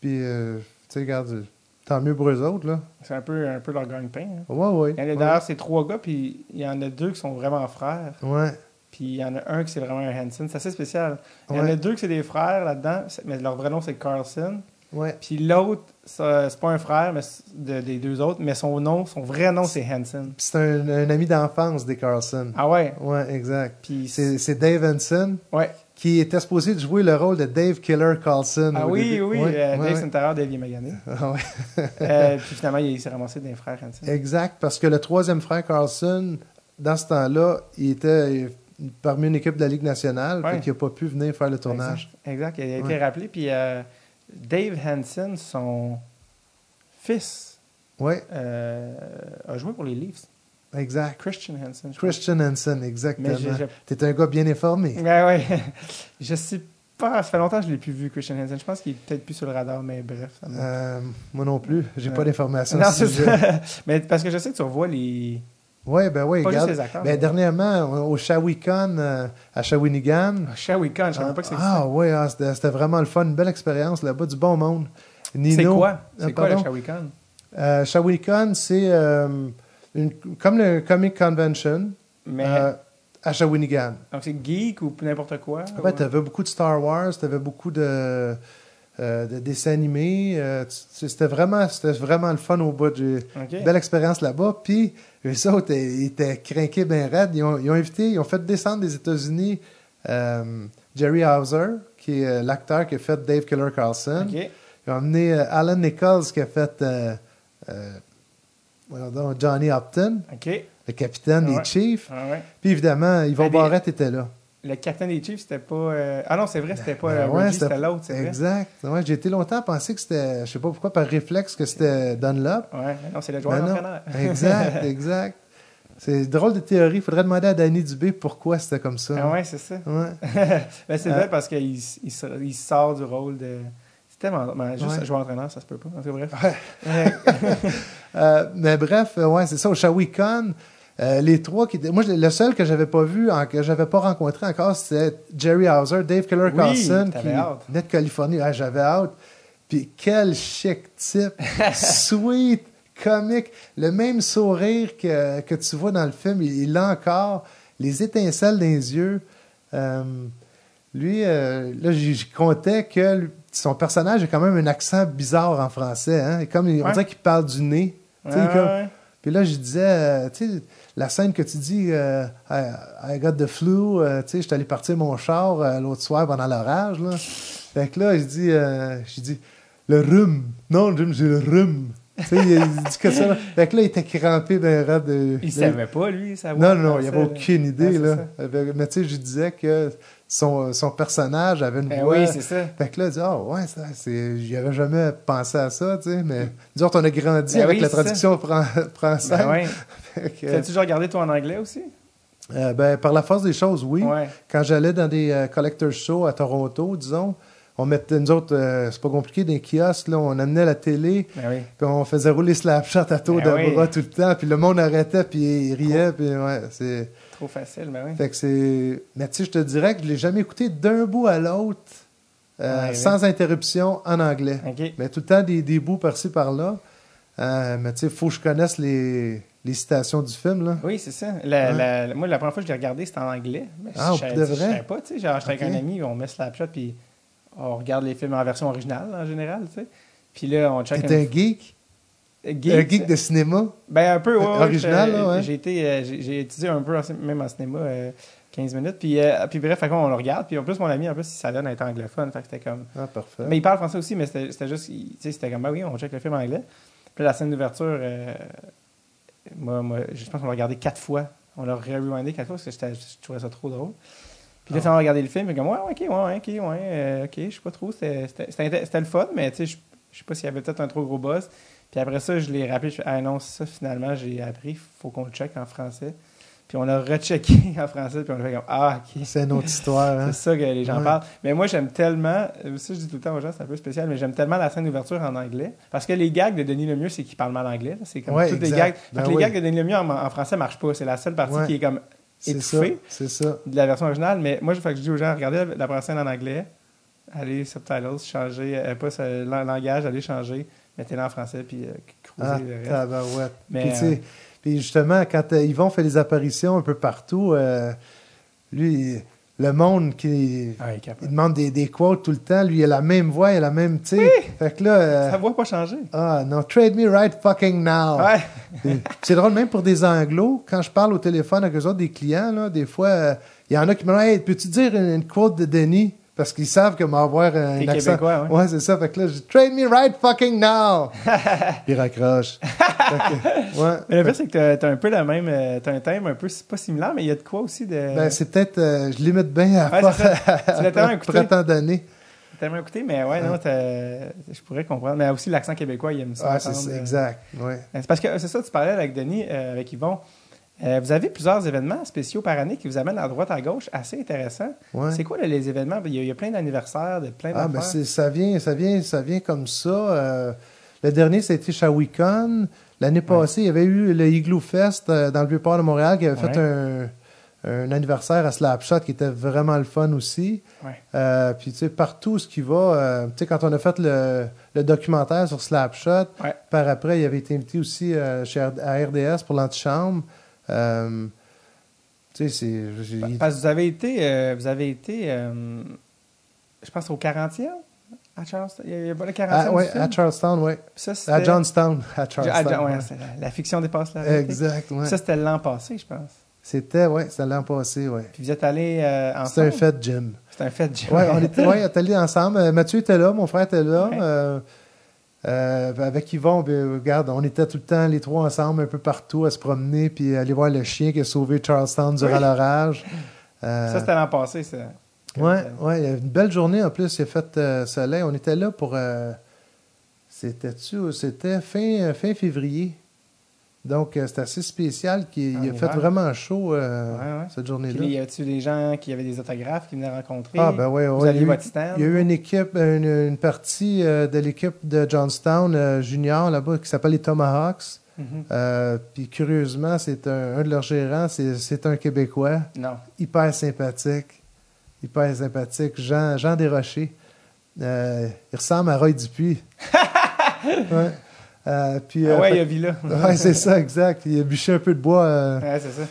Puis euh, tu sais, regarde, tant mieux pour eux autres. Là. C'est un peu, un peu leur gagne-pain. hein. Ouais, ouais. Il y en a d'ailleurs ces trois gars, puis il y en a deux qui sont vraiment frères. Ouais. Puis il y en a un qui c'est vraiment un Hanson. C'est assez spécial. Il y en Ouais. a deux qui c'est des frères là-dedans, c'est- mais leur vrai nom c'est Carlson. Ouais. Puis l'autre, ça, c'est pas un frère mais c'est de- des deux autres, mais son nom, son vrai nom c'est Hanson. Puis c'est un, un ami d'enfance des Carlson. Ah ouais? Ouais, exact. Puis C'est c'est Dave Henson Ouais. qui était supposé de jouer le rôle de Dave Killer Carlson. Ah au oui, début. oui, Ouais, euh, ouais, Dave ouais. Santarard, Dave Yamagane. Ah ouais, Euh, puis finalement, il s'est ramassé d'un frère Hanson. exact, parce que le troisième frère Carlson, dans ce temps-là, il était euh, parmi une équipe de la Ligue nationale, Ouais. fait qu'il n'a pas pu venir faire le tournage. Exact, exact. il a été Ouais. rappelé. Puis euh, Dave Hanson, son fils, Ouais, euh, a joué pour les Leafs. exact. Christian Hanson. je crois. Christian Henson, Mais j'ai- exactement. j'ai- T'es un gars bien informé. Ouais, ouais. je sais pas. Ça fait longtemps que je l'ai plus vu, Christian Hansen. Je pense qu'il est peut-être plus sur le radar, mais bref. ça me- Euh, moi non plus, j'ai Ouais. pas d'informations. non, à ce c'est sujet. ça. mais parce que je sais que tu revois les. Ouais, ben oui, Pas regarde. juste les acteurs. Ben, mais- dernièrement, au Shawinigan, euh, à Shawinigan, Ah, Shawinigan, je savais pas que c'était. Ah ouais, ah, c'était c'était vraiment le fun, une belle expérience là-bas, du bon monde. Nino, c'est quoi Euh, C'est quoi le pardon. Shawinigan Euh, Shawinigan, c'est euh, une- comme le Comic Convention mais, euh, à Shawinigan. Donc c'est geek ou n'importe quoi En ouais. fait, t'avais beaucoup de Star Wars, t'avais beaucoup de, euh, de dessins animés. euh, tu- tu- c'était vraiment, c'était vraiment le fun au bout. J'ai- Ok. Belle expérience là-bas. Puis, eux autres, ils ils étaient craqués bien raides. Ils ont, ils ont invité, ils ont fait descendre des États-Unis euh, Jerry Hauser, qui est euh, l'acteur qui a fait Dave Killer Carlson. Ok. Ils ont amené euh, Alan Nichols, qui a fait euh, euh, voyons donc, Johnny Upton, Ok. le capitaine Ouais. des Chiefs. Ah, ouais. Puis, évidemment, Yvon Mais des- Barrette était là. Le capitaine des Chiefs, c'était pas. euh, Ah non, c'est vrai, c'était pas. Ben euh, ouais, Reggie, c'était- c'était l'autre, c'est vrai. Exact. Ouais, J'ai été longtemps à penser que c'était, je sais pas pourquoi, par réflexe, que c'était Dunlop. Ouais, mais non, c'est le Ben joueur non. entraîneur. exact, exact. C'est une drôle de théorie. Il faudrait demander à Danny Dubé pourquoi c'était comme ça. Ah ouais, c'est ça. Ouais. ben, c'est Ah. vrai parce qu'il s- il s- il sort du rôle de. C'est tellement. ben, juste Ouais. joueur entraîneur, ça se peut pas. En tout cas, bref. Euh, mais bref, euh, ouais, c'est ça. Au Shawicon, euh, les trois qui étaient- Moi, je- le seul que j'avais pas vu, en- que j'avais pas rencontré encore, c'était Jerry Hauser, Dave Keller Oui, Carlson, qui t'avais hâte. venait de Californie. Ouais, j'avais hâte. Puis quel chic type. sweet, comique. Le même sourire que, que tu vois dans le film, il il l'a encore. Les étincelles dans les yeux. Euh, lui, euh, là, j'y j'y comptais que lui- son personnage a quand même un accent bizarre en français. Hein? Et Comme, il- On Ouais. dirait qu'il parle du nez. Tu sais, Ouais, comme- ouais. Puis là, je disais, euh, tu sais, la scène que tu dis, euh, I, I got the flu, euh, tu sais, je suis allé partir mon char euh, l'autre soir pendant l'orage. Là. Fait que là, je dis, euh, je dis le rhume. Non, Jim, j'ai le rhume. Tu sais, il, il dit que ça. là. Fait que là, il était crampé d'un rat de. Il de- savait pas, lui, ça non, non, non, il n'y avait aucune idée. Ouais, c'est là. ça. Euh, ben, Mais tu sais, je disais que son, euh, son personnage avait une Ben voix. oui, c'est ça. fait que là, il dit, ah ouais, ça, c'est, j'y avais jamais pensé à ça, tu sais, mais nous autres, on a grandi Ben avec oui, la c'est ça. traduction fran- française. Ben ouais. Fait que, T'as-tu déjà regardé, toi, en anglais aussi? euh, ben, par la force des choses, oui. Ouais. Quand j'allais dans des euh, collector shows à Toronto, disons, on mettait, nous autres, euh, c'est pas compliqué, des kiosques, là, on amenait la télé, Ben oui. puis on faisait rouler Slapshot à tour Ben de oui. bras tout le temps, puis le monde arrêtait, puis il riait, puis ouais, c'est... Trop facile, ben oui. Fait que c'est. Mais tu sais, je te dirais que je l'ai jamais écouté d'un bout à l'autre, euh, Ouais, ouais. sans interruption, en anglais. Ok. Mais tout le temps des, des bouts par-ci, par-là. Euh, mais tu sais, faut que je connaisse les, les citations du film, là. Oui, c'est ça. La- Ouais. la- la- moi, la première fois que je l'ai regardé, c'était en anglais. Mais Ah, je- pour je- de je vrai? savais pas, tu sais. Genre, j'étais Ok. avec un ami, on met Slapshot, puis on regarde les films en version originale, en général, tu sais. Puis là, on check T'es un geek, un geek de cinéma. Ben, un peu, ouais. ouais, Original, j'étais- là, ouais. J'ai été, euh, j'ai j'ai étudié un peu, en cin- même en cinéma, euh, 15 minutes. Puis, euh, puis bref, fait qu'on le regarde. Puis en plus, mon ami, en plus, il s'adonne à être anglophone. Fait que c'était comme... Ah, parfait. Mais il parle français aussi, mais c'était c'était juste... il- Tu sais, c'était comme, ben oui, on check le film en anglais. Puis la scène d'ouverture, euh, moi, moi, je pense qu'on l'a regardé quatre fois. On l'a rewindé quatre fois parce que j'étais- je trouvais ça trop drôle. Puis là, finalement, on a regardé le film, et comme, ouais, ouais, ok, ouais, ouais, ok, ouais, euh, ok, je sais pas trop, c'était- c'était c'était- c'était le fun, mais tu sais, je je sais pas s'il y avait peut-être un trop gros boss. Puis après ça, je l'ai rappelé, je fais, ah non, ça, finalement, j'ai appris, faut qu'on le check en français. Puis on l'a rechecké en français, puis on a fait comme, ah, ok. C'est une autre histoire. Hein? C'est ça que les gens Ouais. parlent. Mais moi, j'aime tellement, euh, ça je dis tout le temps aux gens, c'est un peu spécial, mais j'aime tellement la scène d'ouverture en anglais. Parce que les gags de Denis Lemieux, c'est qu'il parle mal anglais. là. C'est comme Ouais, toutes les exact. gags. Fait Ben que les oui. gags de Denis Lemieux en, en français marchent pas. C'est la seule partie Ouais. qui est comme C'est ça. étouffée C'est ça. de la version originale. Mais moi, je, fait que je dis aux gens, regardez la, la première scène en anglais, allez subtitles, changez, euh, pas ce lang- langage, allez changer, mettez-la en français, puis euh, Ah, cruisez le reste. tabarouette. Mais, Puis, tu sais, euh, puis justement, quand euh, Yvon fait des apparitions un peu partout, euh, lui, il- le monde qui Ah, il est capable. il demande des, des quotes tout le temps, lui, il a la même voix, il a la même, tu sais. Fait que là, euh, Ça voit pas changer. ah non, trade me right fucking now. Ouais. Puis C'est drôle, même pour des anglos, quand je parle au téléphone avec eux autres, des clients, là, des fois, euh, il y en a qui me disent Hey, peux-tu dire une, une quote de Denis Parce qu'ils savent que m'avoir un T'es accent. Québécois, ouais. c'est ça. Fait que là, je dis Trade me right fucking now Puis il raccroche. Fait que, ouais. Mais le pire, c'est que t'as- t'as un peu la même, euh, t'as un thème un peu si- pas similaire, mais il y a de quoi aussi de. Ben, c'est peut-être, euh, je limite bien à Ouais, part- c'est ça. Tu l'as tellement écouté. après tant d'années. T'as même écouté, mais ouais, non, t'as- je pourrais comprendre. Mais aussi l'accent québécois, il aime ça. Ah, c'est entendre, ça, euh, exact. Ouais. euh, C'est parce que euh, c'est ça, tu parlais avec Denis, euh, avec Yvon. Euh, vous avez plusieurs événements spéciaux par année qui vous amènent à droite à gauche, assez intéressant. Ouais. C'est quoi là, les événements Il y a, il y a plein d'anniversaires, de plein Ah, d'affaires. ben c'est- ça vient, ça vient, ça vient comme ça. euh, le dernier, c'était Shawicon. L'année passée, il y avait eu le Igloo Fest euh, dans le Vieux-Port de Montréal qui avait fait un, un anniversaire à Slapshot qui était vraiment le fun aussi. Ouais. Euh, puis, tu sais, partout ce qui va, euh, tu sais, quand on a fait le, le documentaire sur Slapshot, Ouais. par après, il avait été invité aussi euh, chez R- à RDS pour l'antichambre. Euh, tu sais, c'est. j'ai- Parce que vous avez été, euh, vous avez été, euh, je pense au 40e à Charleston. Il y a- il y a pas le 40e. Ah, du ouais, film? à Charlestown, oui. Ça, c'était- À Johnstown. À Charlestown. Ah, John- ouais, ouais. c'est la, la fiction dépasse la réalité. Exact, ouais. Ça, c'était l'an passé, je pense. C'était, ouais, c'était l'an passé, ouais. Puis vous êtes allé euh, C'était un ensemble. fait Jim. C'est un fait. Jim. Ouais, on était, ouais, on est allés ensemble. Euh, Mathieu était là, mon frère était là. Ouais. euh, euh, avec Yvon, ben, regarde, on était tout le temps les trois ensemble, un peu partout, à se promener, puis aller voir le chien qui a sauvé Charlestown durant Oui. l'orage. Euh, Ça, c'était l'an passé, ça. ouais, ouais, il y a eu une belle journée en plus, il a fait euh, soleil. On était là pour. euh, C'était-tu C'était fin, euh, fin février. Donc, euh, c'était assez spécial. qu'il En il a fait hiver. vraiment chaud euh, Ah, Ouais, ouais. cette Puis, journée-là. il y avait-tu des gens qui avaient des autographes qui venaient rencontrer? Ah, ben ouais, Vous ouais, aviez il y a eu- votre stand? Il y a eu une équipe, une, une partie euh, de l'équipe de Johnstown euh, junior là-bas qui s'appelle les Tomahawks. Mhm. Euh, Puis curieusement, c'est un, un de leurs gérants, c'est c'est un Québécois, Non. hyper sympathique, hyper sympathique, Jean, Jean Desrochers. Euh, il ressemble à Roy Dupuis. ouais. Euh, puis, Ah euh, ouais, fait- il y a vu là. ouais, c'est ça, exact. Il a bûché un peu de bois. euh, Ouais, c'est ça.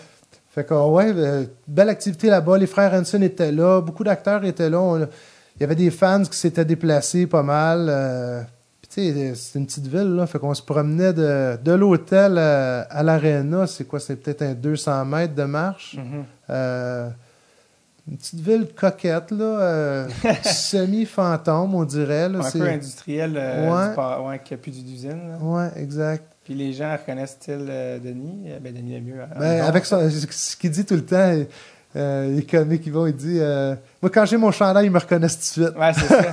fait que, ouais, euh, belle activité là-bas. Les frères Hanson étaient là. Beaucoup d'acteurs étaient là. On a- Il y avait des fans qui s'étaient déplacés pas mal. euh, puis tu sais, c'est une petite ville, là. Fait qu'on se promenait de, de l'hôtel euh, à l'aréna. C'est quoi? C'est peut-être un 200 mètres de marche. Mhm. Euh, une petite ville coquette, là. euh, semi-fantôme, on dirait. là. Un C'est- peu industriel, euh, Ouais. du port- ouais, qui a plus d'usine. là. Ouais, exact. Puis les gens reconnaissent-ils euh, Denis? Euh, Ben, Denis le mieux. Ben, avec son- ce qu'il dit tout le temps, euh, les comiques, ils vont, il dit euh, Moi, quand j'ai mon chandail, ils me reconnaissent tout de suite. Ouais, c'est ça.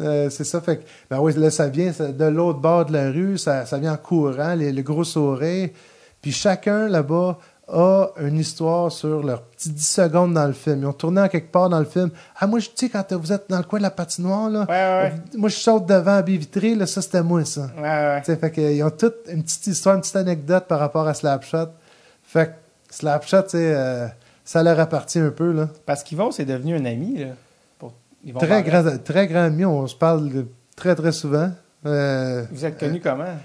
Euh, c'est ça, fait que, ben oui, là, ça vient ça- de l'autre bord de la rue, ça, ça vient en courant, les, le gros sourire. Puis chacun là-bas a une histoire sur leurs petites 10 secondes dans le film. Ils ont tourné en quelque part dans le film. Ah, moi, je tu sais, quand vous êtes dans le coin de la patinoire, là, Ouais, ouais, moi, je saute devant la baie vitrée, là, ça, c'était moi, ça. ouais. ouais, Tu sais, fait que, euh, ils ont toutes une petite histoire, une petite anecdote par rapport à Slapshot. Fait que Slapshot, tu sais, euh, ça leur appartient un peu. Là. Parce qu'Yvon, c'est devenu un ami. Là, pour... Yvon Très, Barrette. grand, très grand ami, on se parle de- très très souvent. Euh, Vous êtes connu comment?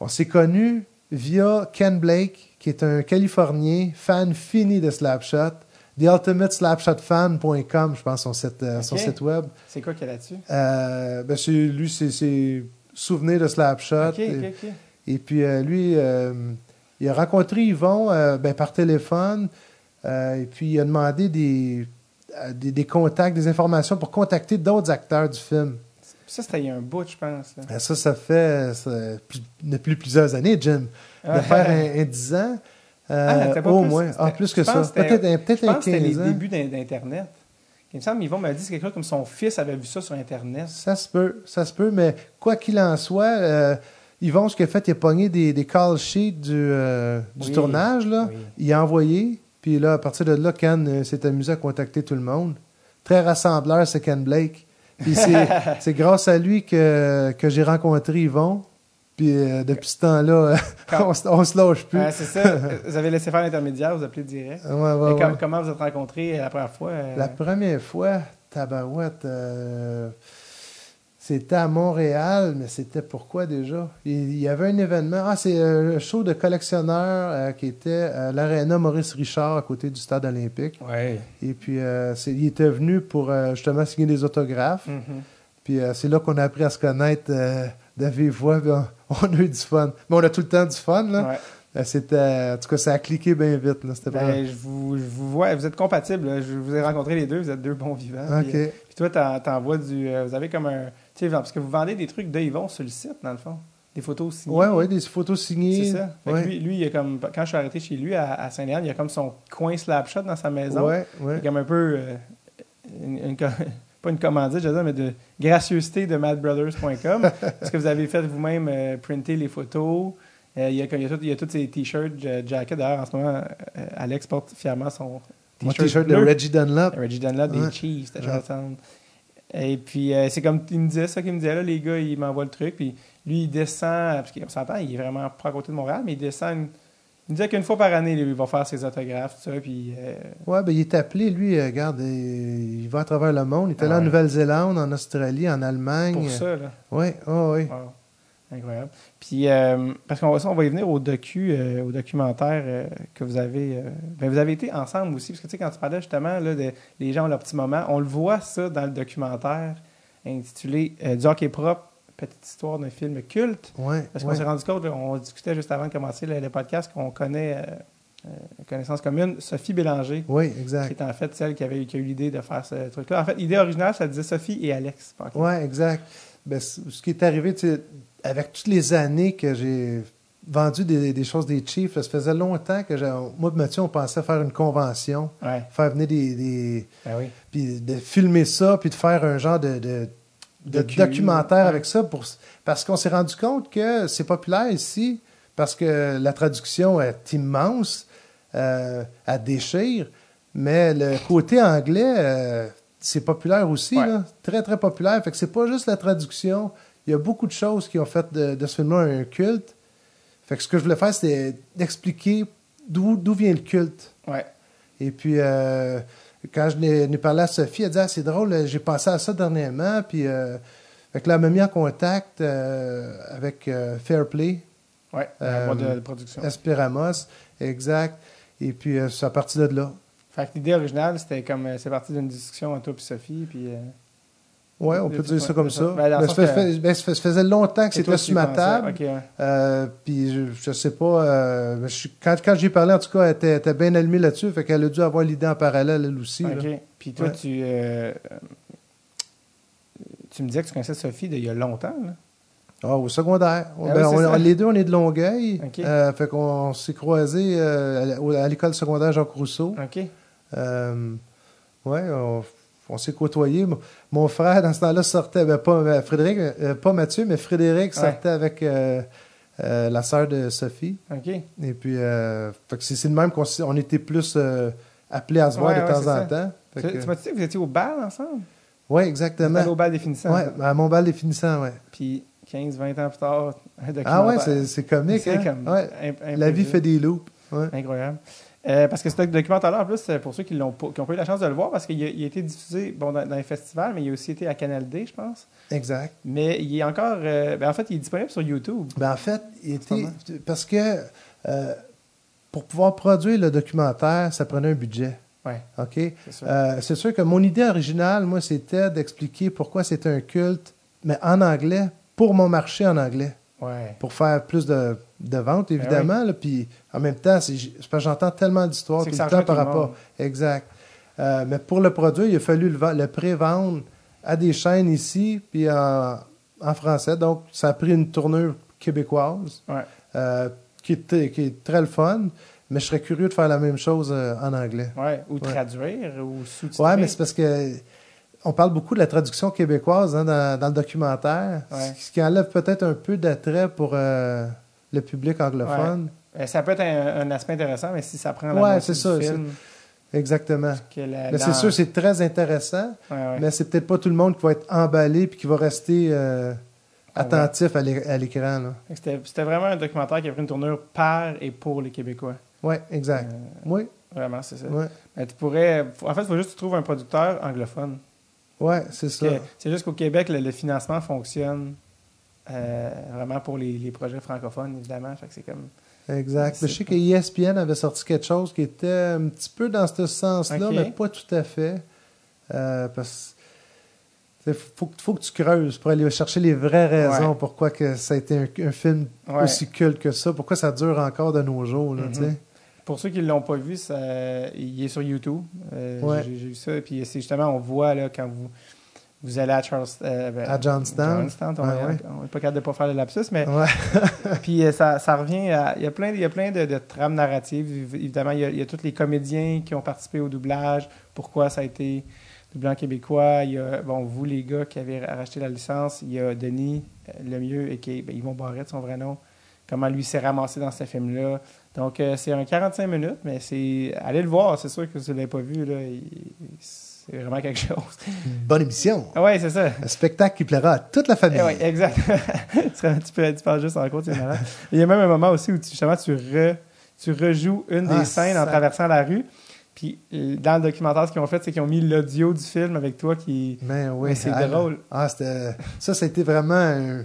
on s'est connus via Ken Blake, qui est un Californien, fan fini de Slapshot. TheUltimateSlapshotFan.com, je pense, son site, euh, son Ok. site web. C'est quoi qu'il y a là-dessus? Euh, ben, c'est- lui, c'est- c'est souvenir de Slapshot. Ok, ok, ok. Et puis euh, lui, euh, il a rencontré Yvon euh, ben, par téléphone. euh, et puis il a demandé des, euh, des, des contacts, des informations pour contacter d'autres acteurs du film. Ça, c'était il y a un bout, je pense. là. Euh, Ça, ça fait ça, plus- depuis plusieurs années, Jim, Euh, de faire un, un 10 ans. euh, Ah, t'as pas au plus? moins, ah, C'était- plus que je pense ça. que c'était- Peut-être un, peut Je pense que c'était les 15 ans. débuts d'in- d'Internet. Il me semble, Yvon m'a dit c'est quelque chose comme son fils avait vu ça sur Internet. Ça se peut, ça se peut, mais quoi qu'il en soit, euh, Yvon, ce qu'il a fait, il a pogné des, des call sheets du, euh, du Oui, tournage, là. oui. Euh, il a envoyé, puis là, à partir de là, Ken euh, s'est amusé à contacter tout le monde. Très rassembleur, c'est Ken Blake. Puis c'est c'est grâce à lui que, que j'ai rencontré Yvon, puis euh, depuis ce temps-là, euh, on, se- on se lâche plus. Ah, c'est ça. vous avez laissé faire l'intermédiaire, vous appelez direct. Ouais, ouais, Mais com- ouais. Comment vous êtes rencontrés la première fois? euh, La première fois, Tabarouette, euh, c'était à Montréal, mais c'était pourquoi déjà? Il, il y avait un événement. Ah, c'est euh, un show de collectionneurs euh, qui était à l'Arena Maurice Richard à côté du stade olympique. Ouais. Et puis, euh, c'est- il était venu pour euh, justement signer des autographes. Mhm. Puis euh, c'est là qu'on a appris à se connaître euh, de vive voix. puis on, on a eu du fun. Mais on a tout le temps du fun, là. Ouais. Euh, C'était, en tout cas, ça a cliqué bien vite. Là. C'était Ben, je, vous, je vous vois, vous êtes compatibles. là. Je vous ai rencontré les deux, vous êtes deux bons vivants. vraiment- Puis, OK. euh, puis toi, t'en- t'envoies du. euh, vous avez comme un. Tu sais, parce que vous vendez des trucs de Yvon sur le site, dans le fond. Des photos signées. Ouais, ouais, des photos signées. C'est ça. Fait que Ouais. lui, lui, il a comme, quand je suis arrêté chez lui à, à Saint-Léon, il a comme son coin slapshot dans sa maison. Ouais, ouais. C'est comme un peu, euh, une- une com- pas une commandite, je veux dire, mais de gracieuseté de madbrothers.com. Est-ce que vous avez fait vous-même euh, printer les photos? Euh, il, y a, comme- il y a tout- il y a tous ces t-shirts, ja- jackets. D'ailleurs, en ce moment, euh, Alex porte fièrement son Mon t-shirt, t-shirt de bleu. Reggie Dunlop. Reggie Dunlop Ouais. des Chiefs de Ouais. Charlottetown. Et puis, euh, c'est comme il me disait ça qu'il me disait, là, les gars, il m'envoie le truc. Puis lui, il descend, parce qu'on s'entend, il est vraiment pas à côté de Montréal, mais il descend. une- il me disait qu'une fois par année, lui, il va faire ses autographes, tout ça. Puis, euh, Ouais, ben il est appelé, lui, euh, regarde, il il va à travers le monde. Il est allé en Ouais. Nouvelle-Zélande, en Australie, en Allemagne. pour ça, là. Ouais, oh, ouais. Wow. Incroyable. Puis, euh, parce qu'on va, ça, on va y venir au docu, euh, au documentaire euh, que vous avez. euh, ben, vous avez été ensemble aussi, parce que tu sais, quand tu parlais justement, là, de, les gens ont leur petit moment, on le voit ça dans le documentaire intitulé euh, Du hockey propre, petite histoire d'un film culte. Ouais, Parce ouais. qu'on s'est rendu compte, là, on discutait juste avant de commencer le, le podcast, qu'on connaît, euh, euh, connaissance commune, Sophie Bélanger, Oui, qui exact. est en fait celle qui, avait, qui a eu l'idée de faire ce truc-là. En fait, l'idée originale, ça disait Sophie et Alex. Parker. Ouais, exact. Ben, c- ce qui est arrivé, tu sais, avec toutes les années que j'ai vendu des, des choses des Chiefs, là, ça faisait longtemps que j'ai- moi et Mathieu, on pensait faire une convention, Ouais, faire venir des, des- ben oui. puis de filmer ça, puis de faire un genre de, de- de Docu, documentaire ouais. avec ça, pour, parce qu'on s'est rendu compte que c'est populaire ici, parce que la traduction est immense, euh, à déchire, mais le côté anglais, euh, c'est populaire aussi, Ouais. là. très très populaire, fait que c'est pas juste la traduction, il y a beaucoup de choses qui ont fait de, de ce film-là un culte, fait que ce que je voulais faire, c'était d'expliquer d'où d'où vient le culte. Ouais. Et puis, euh, quand je n'ai n'ai parlé à Sophie, elle a dit Ah, c'est drôle, euh, j'ai pensé à ça dernièrement. Puis, euh, fait que là, elle m'a mis en contact euh, avec euh, Fairplay, Ouais, Euh, la boîte de production. Espiramos, exact. Et puis, euh, c'est à partir de là. Fait que l'idée originale, c'était comme euh, c'est parti d'une discussion entre toi et Sophie, puis euh, Ouais, on De peut toute dire ça façon, comme de ça. toute façon. Ben, dans le Ben, ça, sens fait- que- ben, ça fait- ça faisait longtemps que c'est toi c'était qui sur ma pensais. table. Ok, ouais. Euh, puis je, je sais pas, euh, je suis- quand, quand j'ai parlé, en tout cas, elle était, elle était bien allumée là-dessus, fait qu'elle a dû avoir l'idée en parallèle, elle aussi. là. Ok. Puis toi, Ouais. tu, euh, euh, tu me disais que tu connaissais Sophie d'il y a longtemps. Là. Ah, au secondaire. Ah oui, Ben, c'est on- ça. on- les deux, on est de Longueuil. Ok. Euh, fait qu'on s'est croisés euh, à la- au- à, l'école secondaire Jacques Rousseau. Ok. Euh, ouais, on, on s'est côtoyés. Mon, mon frère, dans ce temps-là, sortait, ben, pas euh, Frédéric, euh, pas Mathieu, mais Frédéric Ouais. sortait avec euh, euh, la sœur de Sophie. Ok. Et puis, euh, fait que c'est, c'est le même qu'on s'est- on était plus euh, appelés à se voir Ouais, de ouais, temps en c'est ça. temps. Fait Tu, que- tu m'as dit que vous étiez au bal ensemble? ouais, Vous exactement. étiez Au bal définissant. Ouais, à mon bal définissant, ouais. Puis 15, 20 ans plus tard, un documentaire. Ah ouais, c'est, c'est comique. C'est hein? comme Ouais. imp- La vie imprévu. fait des loups. Ouais. Incroyable. Euh, parce que ce documentaire-là, en plus, euh, pour ceux qui n'ont pas, qui ont pas eu la chance de le voir, parce qu'il a, il a été diffusé bon, dans, dans les festivals, mais il a aussi été à Canal D, je pense. Exact. Mais il est encore. euh, ben, en fait, il est disponible sur YouTube. Ben, en fait, il était. Comment? Parce que euh, pour pouvoir produire le documentaire, ça prenait un budget. Ouais, OK? c'est sûr. Euh, c'est sûr que mon idée originale, moi, c'était d'expliquer pourquoi c'était un culte, mais en anglais, pour mon marché en anglais, ouais. pour faire plus de, de ventes, Ben évidemment. là, Puis en même temps, c'est c'est parce que j'entends tellement d'histoires C'est tout que le ça temps rejoint par tout le rapport. monde. Exact. Euh, mais pour le produire, il a fallu le, vend- le pré-vendre à des chaînes ici, puis en, en français. Donc, ça a pris une tournure québécoise Ouais. euh, qui, est, t- qui est très le fun, mais je serais curieux de faire la même chose euh, en anglais. Ouais, ou traduire, ou sous-titrer. Ouais, mais c'est parce que on parle beaucoup de la traduction québécoise hein, dans, dans le documentaire, Ouais. ce qui enlève peut-être un peu d'attrait pour euh, le public anglophone. Euh, Ça peut être un, un aspect intéressant, mais si ça prend la Ouais, moitié c'est du ça, film, Exactement. que la- Mais la- c'est sûr, c'est très intéressant, Ouais, ouais. mais c'est peut-être pas tout le monde qui va être emballé puis qui va rester euh, attentif à l'é- à l'écran. là. Fait que C'était c'était vraiment un documentaire qui a pris une tournure par et pour les Québécois. Ouais, exact. Euh, Oui, Vraiment, c'est ça. ouais, Mais tu pourrais. faut- En fait, il faut juste que tu trouves un producteur anglophone. ouais, c'est ça. Parce que C'est juste qu'au Québec, le, le financement fonctionne euh, vraiment pour les, les projets francophones, évidemment. Fait que c'est comme. Exact. Je sais Mais je sais que E ESPN avait sorti quelque chose qui était un petit peu dans ce sens-là, Ok. mais pas tout à fait. Euh, parce il faut, que- faut que tu creuses pour aller chercher les vraies raisons Ouais. pourquoi que ça a été un, un film Ouais. aussi culte que ça, pourquoi ça dure encore de nos jours. Là, Mhm. tu sais. Pour ceux qui ne l'ont pas vu, ça- il est sur YouTube. Euh, Ouais. J'ai j'ai vu ça. Puis c'est justement, on voit là, quand vous, vous allez à Charles. euh, ben, À Johnstown. Ah, Johnstown, on Ouais, ouais. n'est pas capable de ne pas faire le lapsus, mais Ouais. Puis euh, ça, ça revient à. Il y a plein, il y a plein de, de trames narratives. Évi- Évidemment, il y, a, il y a tous les comédiens qui ont participé au doublage, pourquoi ça a été doublé en québécois. Il y a, bon, vous, les gars qui avez racheté la licence, il y a Denis euh, Lemieux et qui, ben, Yvon Barrette, son vrai nom, comment lui s'est ramassé dans ce film-là. Donc, euh, c'est un 45 minutes, mais c'est. Allez le voir, c'est sûr que vous ne l'avez pas vu, là. il- c'est vraiment quelque chose. Bonne émission. Ah ouais, c'est ça. Un spectacle qui plaira à toute la famille. Eh oui, exact. tu, serais- tu peux, tu passes juste en cours, c'est malade. Il y a même un moment aussi où tu, justement tu, re- tu rejoues une des Ah, scènes en ça- traversant la rue. Puis euh, dans le documentaire, ce qu'ils ont fait, c'est qu'ils ont mis l'audio du film avec toi qui. Mais oui, Mais c'est ah, drôle. Ah, c'était- ça, c'était vraiment un-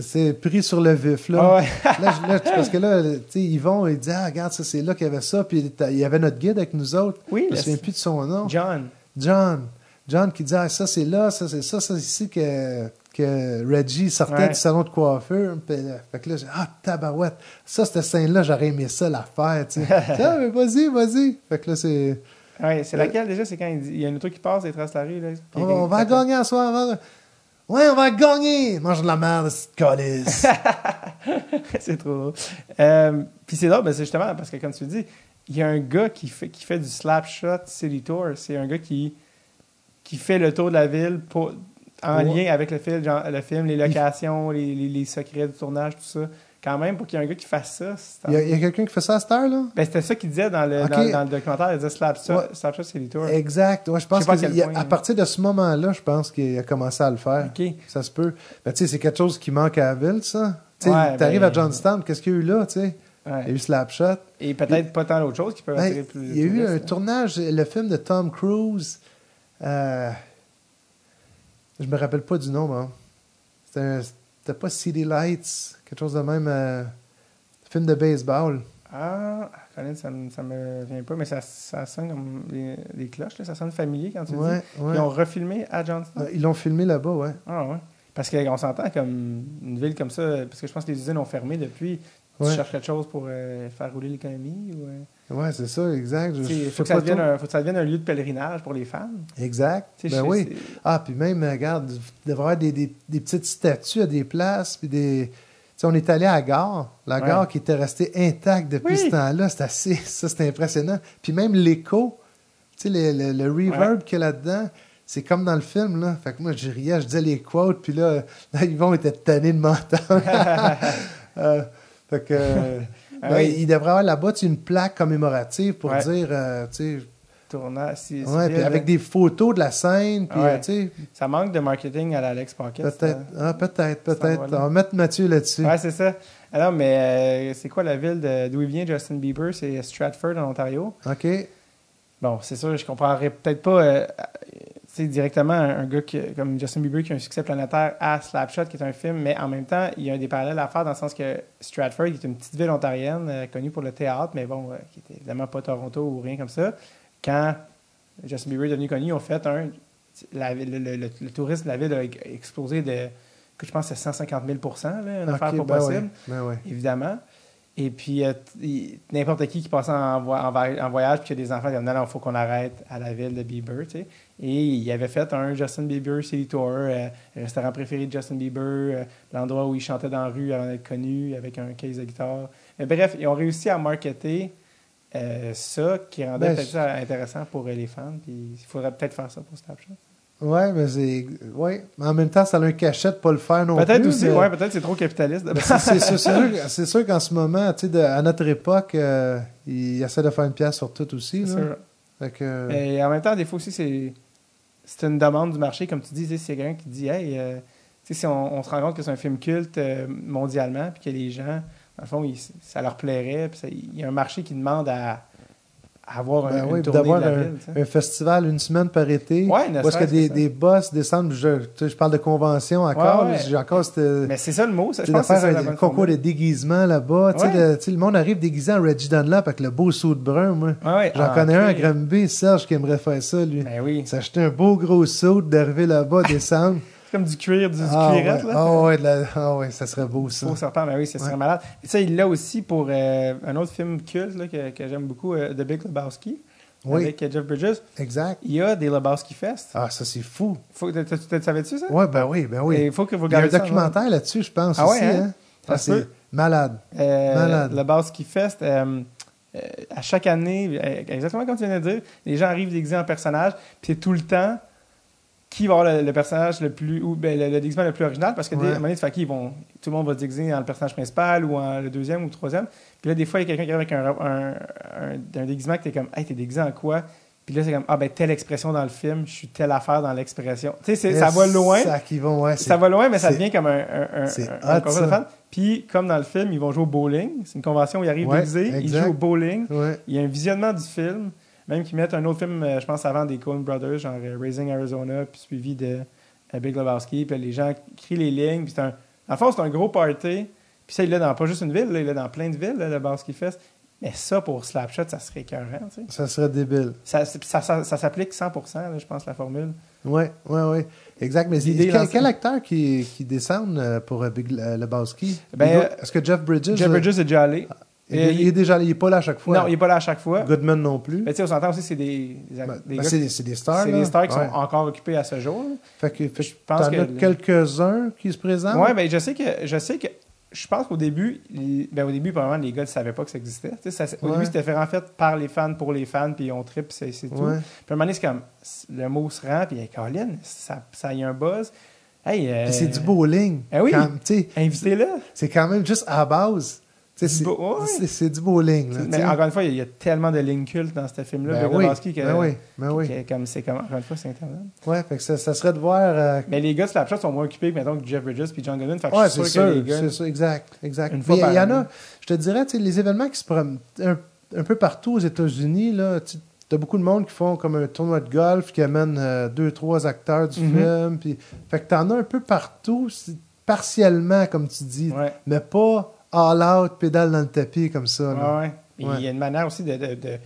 C'est pris sur le vif, là. Ah ouais. là, je- là, tu- parce que là, tu sais, Yvon, il dit, ah, regarde, ça, c'est là qu'il y avait ça. Puis t'as- il y avait notre guide avec nous autres. Oui, Je me le- souviens plus de son nom. John. John. John qui dit, ah, ça, c'est là, ça, c'est ça, ça, c'est ici que, que Reggie sortait Ouais. du salon de coiffeur. Puis, euh, fait que là, j'ai, ah, tabarouette. Ça, cette scène-là, j'aurais aimé ça la faire, tu sais. ah, mais vas-y, vas-y. Fait que là, c'est, Ouais, c'est laquelle déjà C'est quand il, dit- il y a une auto qui passe et il traverse la rue. Là, Puis on, il- on va gagner en soir. on va- Ouais, on va gagner! Mange de la merde, cette colisse! c'est trop drôle. Euh, Puis c'est drôle, ben, c'est justement parce que comme tu dis, il y a un gars qui fait, qui fait du slap shot city tour. C'est un gars qui, qui fait le tour de la ville pour, en Ouais. lien avec le film, genre, le film les locations, les, les- les secrets du tournage, tout ça. Quand même, pour qu'il y ait un gars qui fasse ça, c'est- Il y a, il y a quelqu'un qui fait ça à cette heure, là? ben, c'était ça qu'il disait dans le, Ok. dans, dans le documentaire. Il disait slap shot, Ouais. slap shot city tour. Exact. Ouais, je pense Je sais pas à qu'à quel point, à hein. partir de ce moment-là, je pense qu'il a commencé à le faire. Ok. Ça se peut. Mais tu sais, c'est quelque chose qui manque à la ville, ça. Tu Ouais, sais, t'arrives ben- à Johnstown, qu'est-ce qu'il y a eu là, tu sais? Ouais. Il y a eu Slapshot. Et peut-être pas tant d'autres choses qui peuvent Ben, attirer plus de il y a eu touristes, hein. un là. tournage, le film de Tom Cruise. euh, je me rappelle pas du nom, hein. C'était un- C'était pas City Lights, quelque chose de même. euh, film de baseball. Ah, Colin, ça, me- ça me vient pas, mais ça, ça sonne comme les, les cloches, là, ça sonne familier quand tu Ouais, dis. ouais. Ils ont refilmé à Johnston. Euh, Ils l'ont filmé là-bas, ouais. Ah ouais. Parce qu'on s'entend comme une ville comme ça, parce que je pense que les usines ont fermé depuis. Tu Ouais. cherches quelque chose pour euh, faire rouler l'économie ou. euh, Ouais, c'est ça, exact. Je- tu sais, je faut, que ça sais pas devienne trop. un, faut que ça devienne un lieu de pèlerinage pour les fans. Exact. Tu sais, Ben je- oui. c'est- Ah, puis même, euh, regarde, il devrait y avoir des, des- des petites statues à des places, puis des... Tu sais, on est allé à la gare, la Ouais. gare qui était restée intacte depuis Oui. ce temps-là, c'est assez... Ça, c'est impressionnant. Puis même l'écho, tu sais, le, le- le reverb qu'il y a là-dedans, c'est comme dans le film, là. Fait que moi, je riais, je disais les quotes, puis là, là Yvon était tanné de m'entendre. Euh, fait que... euh, Ah ben, oui. Il devrait y avoir là-bas tu sais, une plaque commémorative pour Ouais. dire, euh, tu sais, Tournage, si- si ouais, bien, puis avec des photos de la scène, puis Ouais. euh, tu sais, Ça manque de marketing à l'Alex Pocket. Peut-être, ah, peut-être, ça peut-être. va là. On va mettre Mathieu là-dessus. Ouais, c'est ça. Alors, mais euh, c'est quoi la ville de- d'où il vient Justin Bieber? C'est Stratford, en Ontario. OK. Bon, c'est sûr, je comprendrais peut-être pas euh, euh, tu sais, directement un, un gars qui- comme Justin Bieber qui a un succès planétaire à Slapshot, qui est un film, mais en même temps, il y a des parallèles à faire dans le sens que Stratford, qui est une petite ville ontarienne euh, connue pour le théâtre, mais bon, euh, qui était évidemment pas Toronto ou rien comme ça. Quand Justin Bieber est devenu connu, ils ont fait un. la ville- le, le- le tourisme de la ville a explosé de. que Je pense que c'est 150 000 là, une OK, affaire pas ben possible ouais, ben ouais. évidemment. Et puis, euh, t- il- n'importe qui qui passe en, vo- en, va- en voyage, puis qu'il y a des enfants, il dit non, non, faut qu'on arrête à la ville de Bieber, tu sais. Et il avait fait un Justin Bieber City Tour, euh, restaurant préféré de Justin Bieber, euh, l'endroit où il chantait dans la rue avant d'être connu, avec un case de guitare. Mais bref, ils ont réussi à marketer euh, ça, qui rendait Ben, peut-être je- ça intéressant pour euh, les fans. Puis il faudrait peut-être faire ça pour Snapchat. Ouais, mais c'est. Ouais. Mais en même temps, ça a un cachet de pas le faire non plus. Peut-être aussi, mais- ouais, peut-être c'est trop capitaliste. de- Ben, c'est- c'est sûr, c'est sûr- c'est sûr qu'en ce moment, tu sais, de- à notre époque, euh, ils essaient de faire une pièce sur tout aussi. C'est là. sûr. Fait que- euh, Et en même temps, des fois aussi, c'est, c'est une demande du marché. Comme tu dis, tu sais, c'est quelqu'un qui dit Hey, euh, tu sais, si on, on se rend compte que c'est un film culte euh, mondialement, puis que les gens, dans le fond, ils- ça leur plairait, puis ça- il y a un marché qui demande à, à avoir un, Ben une oui, tournée d'avoir de la un, ville. tu sais. un festival une semaine par été. Ouais, ne où est-ce que serait-ce que des, ça. des boss descendent, je, tu sais, je parle de convention encore, Ouais, ouais. j'ai encore cette, Mais c'est ça le mot, ça, tu je sais, de pense que c'est faire ça, la un bonne concours de formule. déguisement là-bas. Tu sais, Ouais. de- tu sais, le monde arrive déguisé en Reggie Dunlop avec le beau saut de brun, moi. Ouais, ouais. J'en Ah, connais un à ok. Granby, Serge, qui aimerait faire ça, lui. Ben oui. C'est S'acheter un beau gros saut, d'arriver là-bas, descendre. comme du cuir, du, du ah, ouais. cuirette, là. Ah ouais, de la- ah ouais, ça serait beau, ça. Faux serpent, ben oui, ça serait Ouais. malade. Et ça, il l'a aussi pour euh, un autre film culte là, que, que j'aime beaucoup, euh, The Big Lebowski, Oui. avec euh, Jeff Bridges. Exact. Il y a des Lebowski Fest. Ah, ça, c'est fou. Faut, tu, tu- tu- tu savais-tu ça? Ouais, ben oui, ben oui. Il faut que vous Il y a un regardiez ça. documentaire là-dessus, je pense, Ah ouais, aussi. hein? hein? Ça Ah, se c'est peut. malade. Euh, Malade. Le Basque Fest, euh, euh, à chaque année, euh, exactement comme tu viens de dire, les gens arrivent déguisés en personnage, puis c'est tout le temps qui va avoir le, le personnage le plus, ou ben, le, le déguisement le plus original, parce que dès, Ouais. à un moment donné, tu fais, OK, ils vont, tout le monde va se déguiser en le personnage principal, ou en le deuxième, ou le troisième. Puis là, des fois, il y a quelqu'un qui arrive avec un, un- un- un déguisement que t'es comme, hey, t'es déguisé en quoi? Puis là, c'est comme, ah ben, telle expression dans le film, je suis telle affaire dans l'expression. Tu sais, c'est- ça va loin. Ça qui va, ouais. c'est- Ça va loin, mais ça c'est- devient comme un, un, un, c'est un- un hot, concours de ça. fans. Puis, comme dans le film, ils vont jouer au bowling. C'est une convention où ils arrivent Ouais, déguisés, ils exact. jouent au bowling. Ouais. Il y a un visionnement du film, même qu'ils mettent un autre film, euh, je pense, avant des Coen Brothers, genre euh, Raising Arizona, puis suivi de euh, Big Lebowski. Puis là, les gens crient les lignes. Puis c'est un... En fait, c'est un gros party. Puis ça, il est dans pas juste une ville, là, il est dans plein de villes, là, le Lebowski Fest. Mais ça, pour Slapshot, ça serait écœurant, tu sais. Ça serait débile. Ça, c'est- ça, ça, ça s'applique 100%, là, je pense, la formule. Ouais, ouais, ouais. Exact. Mais L'idée c'est- quel, lancée. quel acteur qui, qui descend euh, pour euh, Big euh, Lebowski? Ben, Il doit- euh, Est-ce que Jeff Bridges. Jeff euh, Bridges est déjà allé. il, est- euh, il est déjà il est pas là à chaque fois. Non, il est pas là à chaque fois. Goodman non plus. Mais tu sais, on s'entend aussi, c'est des, des, Ben, des ben, gars- c'est c'est des stars. c'est là. des stars qui Ouais. sont encore occupés à ce jour. là. Fait que, fait, je pense t'en que- as quelques-uns qui se présentent. Ouais, ben je sais que je sais que je pense qu'au début, il- ben, au début probablement les gars ne savaient pas que ça existait. Tu sais, ça- au Ouais. début, c'était fait en fait par les fans pour les fans, puis on trip, c'est c'est tout. Puis Ouais. à un moment donné, c'est comme c'est- le mot se rend, puis hey, Colin, ça, ça y a un buzz. Hey, euh, Mais Ben, C'est du bowling. Eh oui. Quand- tu sais, Invitez-le. C'est quand même juste à la base. Tu sais, Du C'est bo- ouais. c'est- c'est du bowling. là, tu Mais sais. encore une fois, il y, a tellement de lignes cultes dans ce film-là, Ben Big oui, Lebowski, que, ben oui, ben oui. que comme c'est comme encore une fois, c'est internet. Ouais, fait que ça, ça serait de voir. euh, Mais les gars de Slapshot sont moins occupés que, mettons, que Jeff Bridges puis John Goodman. Fait que ouais, je suis c'est sûr, que sûr, les gars. c'est sûr, exact, exact. Une Puis fois il y, par il y en année. a, je te dirais, tu sais, les événements qui se promènent un, un peu partout aux États-Unis, là, tu as beaucoup de monde qui font comme un tournoi de golf, qui amène euh, deux, trois acteurs du Mhm. film, puis, fait que t'en as un peu partout, c'est partiellement, comme tu dis, Ouais. mais pas all-out, pédale dans le tapis, comme ça, là, Ouais, ouais. Et Ouais. Il y a une manière aussi de. de- de-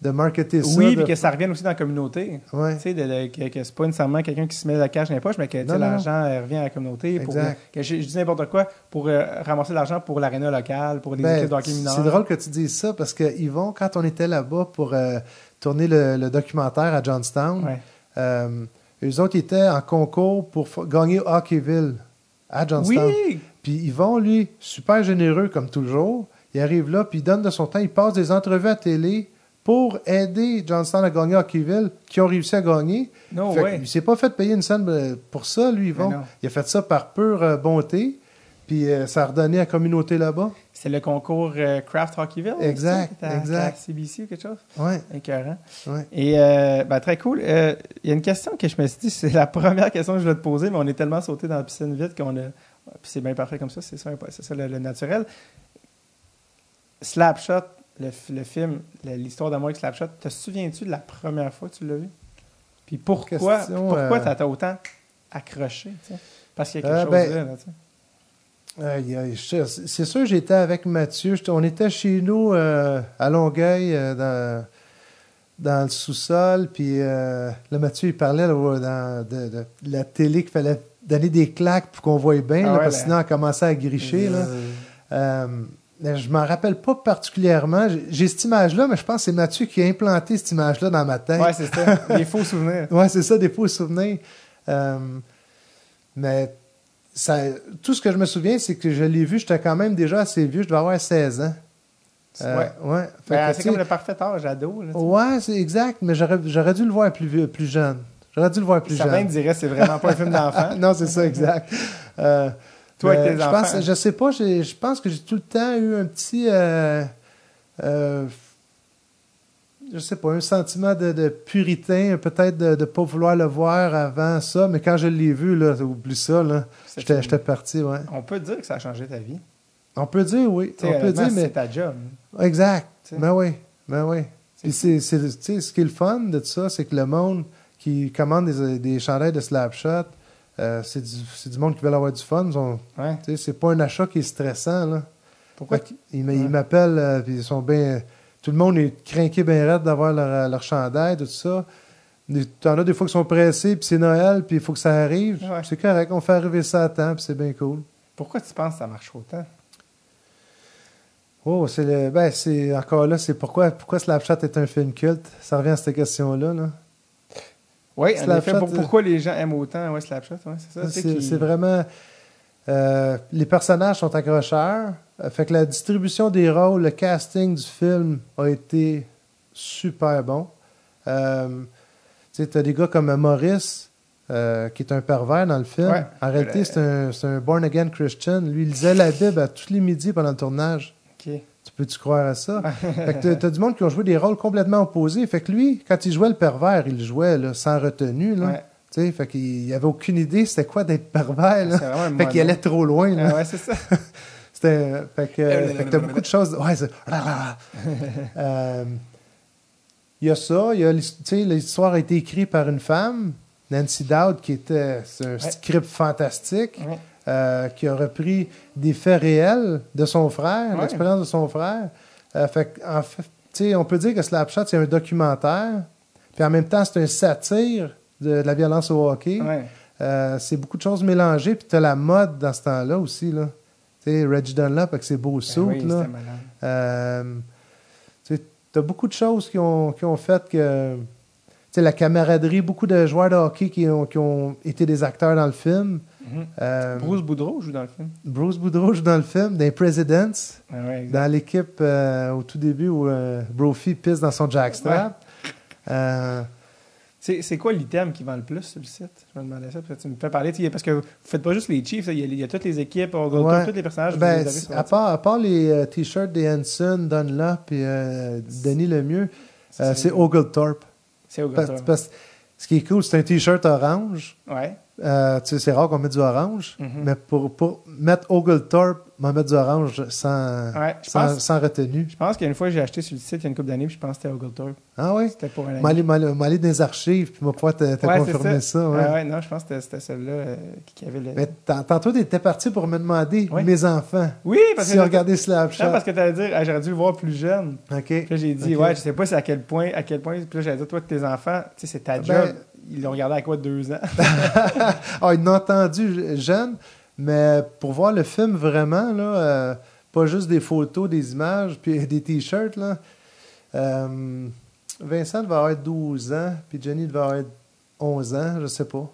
de marketer ça. Oui, de- puis que ça revienne aussi dans la communauté. Ouais. Tu sais, de- de- que, que c'est pas nécessairement quelqu'un qui se met la cash dans les poches, mais que tu sais, Non, non, non. l'argent euh, revient à la communauté. Pour, euh, Exact. que je, je dis n'importe quoi, pour euh, ramasser de l'argent pour l'aréna locale, pour les Ben, équipes de hockey mineures. c'est drôle que tu dises ça, parce que Yvon, quand on était là-bas pour euh, tourner le, le documentaire à Johnstown, Ouais. Euh, eux autres étaient en concours pour f- gagner Hockeyville à Johnstown. Oui! Puis ils vont, lui, super généreux comme toujours. Il arrive là, puis il donne de son temps. Il passe des entrevues à télé pour aider Johnstown à gagner Hockeyville, qui ont réussi à gagner. Non, Fait que Oh, ouais. Il s'est pas fait payer une scène euh, pour ça, lui, Yvon. Mais non. Il a fait ça par pure euh, bonté. Puis euh, ça a redonné à la communauté là-bas. C'est le concours euh, Craft Hockeyville. c'est ça, Exact, qui était à- exact. à CBC ou quelque chose. Ouais, Écœurant. ouais. Et euh, ben, très cool. Euh, Il y a une question que je me suis dit, c'est la première question que je voulais te poser, mais on est tellement sauté dans la piscine vite qu'on a. Puis c'est bien parfait comme ça, c'est ça, c'est ça le, le naturel. Slapshot, le, f- le film, le- l'histoire d'amour avec Slapshot, te souviens-tu de la première fois que tu l'as vu? Puis pourquoi, Question, pourquoi euh, t'as t'as autant accroché? tu sais? Parce qu'il y a Euh, quelque chose ben, là. là, tu sais. Aïe, aïe, je- C'est sûr, j'étais avec Mathieu. J'étais- On était chez nous euh, à Longueuil, euh, dans, dans le sous-sol. Puis euh, là, Mathieu, il parlait là, au- dans- de, de- de la télé qu'il fallait donner des claques pour qu'on voie bien, Ah là, ouais, parce que la- sinon, on commençait à gricher. là. Euh, Euh, Mais Je m'en rappelle pas particulièrement. J'ai- J'ai cette image-là, mais je pense que c'est Mathieu qui a implanté cette image-là dans ma tête. Euh, Ouais, c'est ça. Des faux souvenirs. Ouais, c'est ça, des faux souvenirs. Euh, mais ça, tout ce que je me souviens, c'est que je l'ai vu, j'étais quand même déjà assez vieux, je devais avoir 16 ans. Euh, ouais. ouais. Ben, Fait que, c'est tu Oh, sais, comme le parfait âge ado. Là, tu sais. Ouais, c'est exact, mais j'aurais j'aurais dû le voir plus, vieux- plus jeune. J'aurais dû le voir plus Certains jeune. diraient que c'est vraiment pas un film d'enfant. Hein? non, c'est ça, exact. Euh, Toi, mais avec tes je pense- enfants. je sais pas, j'ai- je pense que j'ai tout le temps eu un petit. euh, euh, je sais pas, un sentiment de, de puritain, peut-être de ne pas vouloir le voir avant ça, mais quand je l'ai vu, là, oublie ça, là. C'est J'étais fini. j'étais parti, ouais. On peut dire que ça a changé ta vie. On peut dire, oui. Tu sais, On peut honnêtement, dire, C'est mais. ta job. Exact. Tu sais. Ben oui, ben oui. Puis c'est, c'est, tu sais, ce qui est le fun de tout ça, c'est que le monde qui commande des, des chandails de Slapshot, euh, c'est, du, c'est du monde qui veut avoir du fun. Ils ont- Ouais. tu sais, c'est pas un achat qui est stressant. Là. Pourquoi Fait qu'ils m'a- Ouais. ils m'appellent, euh, puis ils sont bien. Tout le monde est craqué bien raide d'avoir leur, euh, leur chandail, tout ça. Des- T'en as des fois qui sont pressés, puis c'est Noël, puis il faut que ça arrive. Ouais. C'est correct, on fait arriver ça à temps, puis c'est bien cool. Pourquoi tu penses que ça marche autant? Oh, c'est le. Ben, c'est encore là, c'est pourquoi, pourquoi Slapshot est un film culte. Ça revient à cette question-là. Là. Oui, en Slapshot, effet, pour- euh, pourquoi les gens aiment autant ouais, Slapshot? Ouais, c'est ça. tu sais, C'est qui- c'est vraiment. euh, les personnages sont accrocheurs. Euh, Fait que la distribution des rôles, le casting du film a été super bon. Euh, tu sais, t'as des gars comme Maurice, euh, qui est un pervers dans le film. Ouais. En réalité, c'est un, c'est un born-again Christian. Lui, il lisait la Bible à tous les midis pendant le tournage. Ok. Tu peux-tu croire à ça? fait que t'as- t'as du monde qui ont joué des rôles complètement opposés. Fait que lui, quand il jouait le pervers, il le jouait là, sans retenue. Là. Ouais. Tu sais, fait qu'il il avait aucune idée c'était quoi d'être pervers. C'est Là. vraiment un Fait qu'il mono. allait trop loin. Là. Ah ouais, c'est ça. C'était, euh, fait que, Euh, euh, fait que t'as beaucoup de choses. Ouais, c'est- Euh, Il y a ça. Il y a l'his- tu sais, l'histoire a été écrite par une femme, Nancy Dowd, qui était c'est un script fantastique, Ouais. euh, qui a repris des faits réels de son frère, Ouais. l'expérience de son frère. Euh, fait que, en fait, tu sais, on peut dire que Slapshot, c'est un documentaire, puis en même temps, c'est un satire de, de la violence au hockey. Ouais. Euh, c'est beaucoup de choses mélangées, puis t'as la mode dans ce temps-là aussi, là. Tu sais, Reggie Dunlap avec ses beaux Ben sauts, oui, là. c'était malade. Euh, tu sais, t'as beaucoup de choses qui ont, qui ont fait que... Tu sais, la camaraderie, beaucoup de joueurs de hockey qui ont, qui ont été des acteurs dans le film. Mhm. Euh, Bruce... Bruce Boudreau joue dans le film. Boudreau joue dans le film, dans les Presidents, Ah ouais, exact. dans l'équipe euh, au tout début où euh, Brophy pisse dans son jackstrap. Euh, C'est c'est quoi l'item qui vend le plus sur le site? Je me demandais ça, parce que tu me fais parler. tu sais, Parce que vous faites pas juste les Chiefs, là, il y, a- il y a toutes les équipes, on retrouve Ouais. tous les personnages. vous Ben, les avez c'est- sur à, votre part, à part les euh, t-shirts des Hanson, Dunlop et euh, Denis Lemieux, site. euh, c'est Oglethorpe. C'est au Parce- parce- ce qui est cool, c'est un t-shirt orange. Ouais. Euh, tu sais, c'est rare qu'on mette du orange, Mhm. mais pour, pour mettre Oglethorpe, on va mettre du orange Ouais, sans, Ah, je sans, pense- sans retenue. Je pense qu'une fois, j'ai acheté sur le site il y a une couple d'années, puis je pense que c'était Oglethorpe. Ah oui? C'était pour un ami. M'aller m'aller- m'aller dans les archives, puis on va pouvoir te, te Ben. Ouais, c'est confirmer ça. ouais. Ah ouais, non, je pense que c'était- c'était celle-là euh, qui qui avait le. Mais tant- tantôt, tu étais parti pour me demander Ouais. mes enfants. Oui, parce que. si on regardait Slapshot. Non, parce que t'allais dire, Ah, j'aurais dû le voir plus jeune. OK. Puis là, j'ai dit, Ok. ouais, je sais pas c'est à quel point, à quel point. Puis là, j'allais dire, toi, tes enfants, tu sais, c'est ta Ben- job. Ils l'ont regardé à quoi, deux ans? Ah, ils l'ont entendu je- jeune, mais pour voir le film vraiment, là, euh, pas juste des photos, des images, puis des t-shirts, là. euh, Vincent devait avoir 12 ans, puis Jenny devait avoir 11 ans, je sais pas.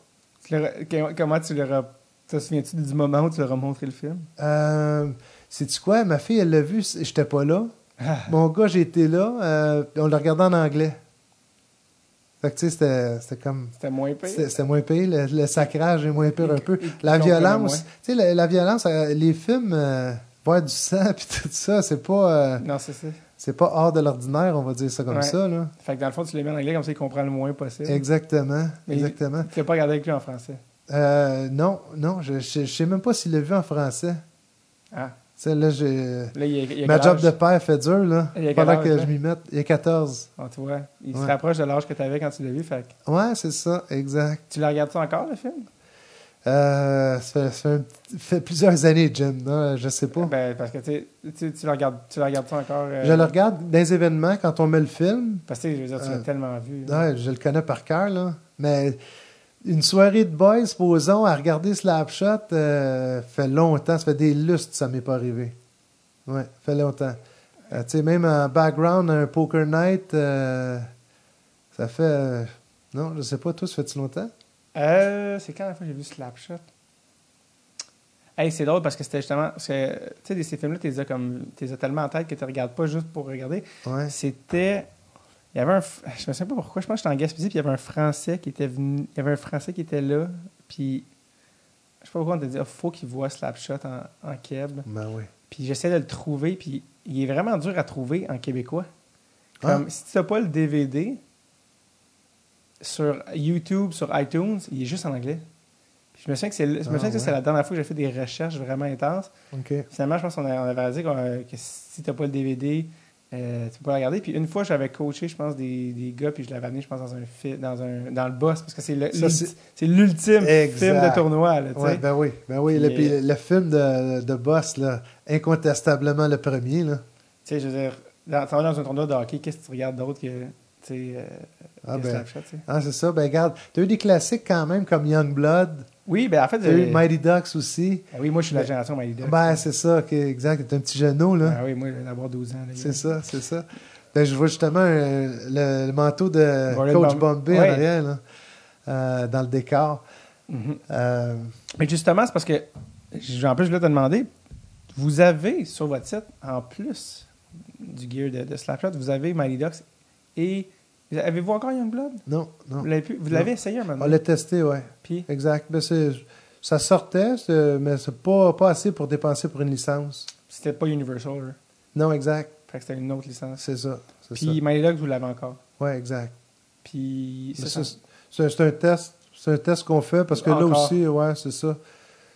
Tu leur as- que- Comment tu leur as. Te souviens-tu du moment où tu leur as montré le film? Euh, Sais-tu quoi? Ma fille, elle l'a vu, c- j'étais pas là. Mon gars, j'étais là, euh, puis on le regardait en anglais. Fait que, tu sais, c'était- c'était comme... C'était moins pire. C'est c'est moins pire, le, le sacrage est moins pire un peu. Et- et- La et qu'on connaît violence, moins. tu sais, la, la violence, euh, les films, euh, boire du sang puis tout ça, c'est pas, euh, Non, c'est ça. c'est pas hors de l'ordinaire, on va dire ça comme Ouais. ça, là. Fait que dans le fond, tu les mets en anglais comme ça, ils comprennent le moins possible. Exactement, Mais- exactement. Tu l'as pas regardé avec lui en français. Euh, non, non, je, je, je sais même pas s'il l'a vu en français. Ah. Tu sais, là, j'ai... Là, il y a, il y a Ma quel job âge? de père fait dur, là, Il y a quel âge, pendant hein? que là? je m'y mette. Il y a 14. Ah, tu vois, il se Ouais. rapproche de l'âge que tu avais quand tu l'as vu. Fait que Ouais, c'est ça, exact. tu le regardes-tu encore, le film? Euh, ça, fait- ça fait, un petit- fait plusieurs années, Jim, là, je sais pas. Ben, parce que tu sais, tu sais, tu le regardes- tu le regardes-tu encore? euh, Je le regarde dans les événements quand on met le film. Parce que tu sais, je veux dire, tu l'as Euh, tellement vu. hein. là. Ouais, je le connais par cœur, là. Mais une soirée de boys, supposons, à regarder Slapshot, euh, fait longtemps, ça fait des lustres, ça m'est pas arrivé. Ouais, fait longtemps. Euh, tu sais, même en background, un poker night, euh, ça fait. euh, non, je sais pas, tous, fait-tu longtemps? Euh, c'est quand la fois que j'ai vu Slapshot? Hey, c'est drôle parce que c'était justement. parce que, Tu sais, des- ces films-là, tu les as comme- tu les as tellement en tête que tu ne regardes pas juste pour regarder. Ouais. C'était. Il y avait un. F- Je ne sais pas pourquoi, je pense que j'étais en Gaspésie, puis il y avait un Français qui était venu. Il y avait un Français qui était là, puis. Je sais pas pourquoi on t'a dit, Ah, faut qu'il voit Slapshot en, en Keb. Ben oui. Puis j'essaie de le trouver, puis il est vraiment dur à trouver en québécois. Ah. Comme si tu n'as pas le DVD sur YouTube, sur iTunes, il est juste en anglais. Puis je me souviens que c'est le- je me souviens Ah, que ça, ouais. c'est la dernière fois que j'ai fait des recherches vraiment intenses. OK. Finalement, je pense qu'on a- on avait dit qu'on a- que si tu n'as pas le DVD, euh, tu peux pas le regarder. Puis une fois, j'avais coaché, je pense, des, des gars, puis je l'avais amené, je pense, dans un fi- dans un dans le boss, parce que c'est le- Ça, l'ulti- c'est l'ultime film Exact. de tournoi. Là, tu sais. Ouais, ben oui, ben oui. Le, Puis, puis euh, le film de, de Boss, là, incontestablement le premier, là. Tu sais, je veux dire, dans, t'en vas dans un tournoi de hockey, qu'est-ce que tu regardes d'autre que, tu sais, euh, Ah, que ben. Slapshot, tu sais? Ah, c'est ça. Ben, regarde, t'as eu des classiques quand même, comme Youngblood. Oui, ben en fait, T'as eu euh, Mighty Ducks aussi. ah oui, moi, je suis la Ben, génération Mighty Ducks. Ben, c'est ça, ok, exact. T'es un petit genou, là. Ah oui, moi, je vais avoir 12 ans. là, C'est gars. ça, c'est ça. Ben, je vois justement euh, le, le manteau de Gordon Coach Bom- Bombay Ouais. en arrière, là, euh, dans le décor. Mhm. Euh, Mais justement, c'est parce que, j- en plus, je voulais te demander, vous avez sur votre site, en plus du gear de, de Slapshot, vous avez Mighty Ducks et. Avez-vous encore Youngblood? non, non. Vous l'avez, pu- vous Non. l'avez essayé un moment On l'a testé, oui. Puis, Exact. Ben, c'est- ça sortait, c'est- mais c'est pas, pas assez pour dépenser pour une licence. c'était pas Universal, là. Non, exact. Fait que c'était une autre licence. C'est ça. C'est Puis Mighty Ducks, vous l'avez encore. ça. Ouais, exact. Puis, Mais ça, ça, C'est c'est un test. C'est un test qu'on fait parce que là Encore. aussi, ouais, c'est ça.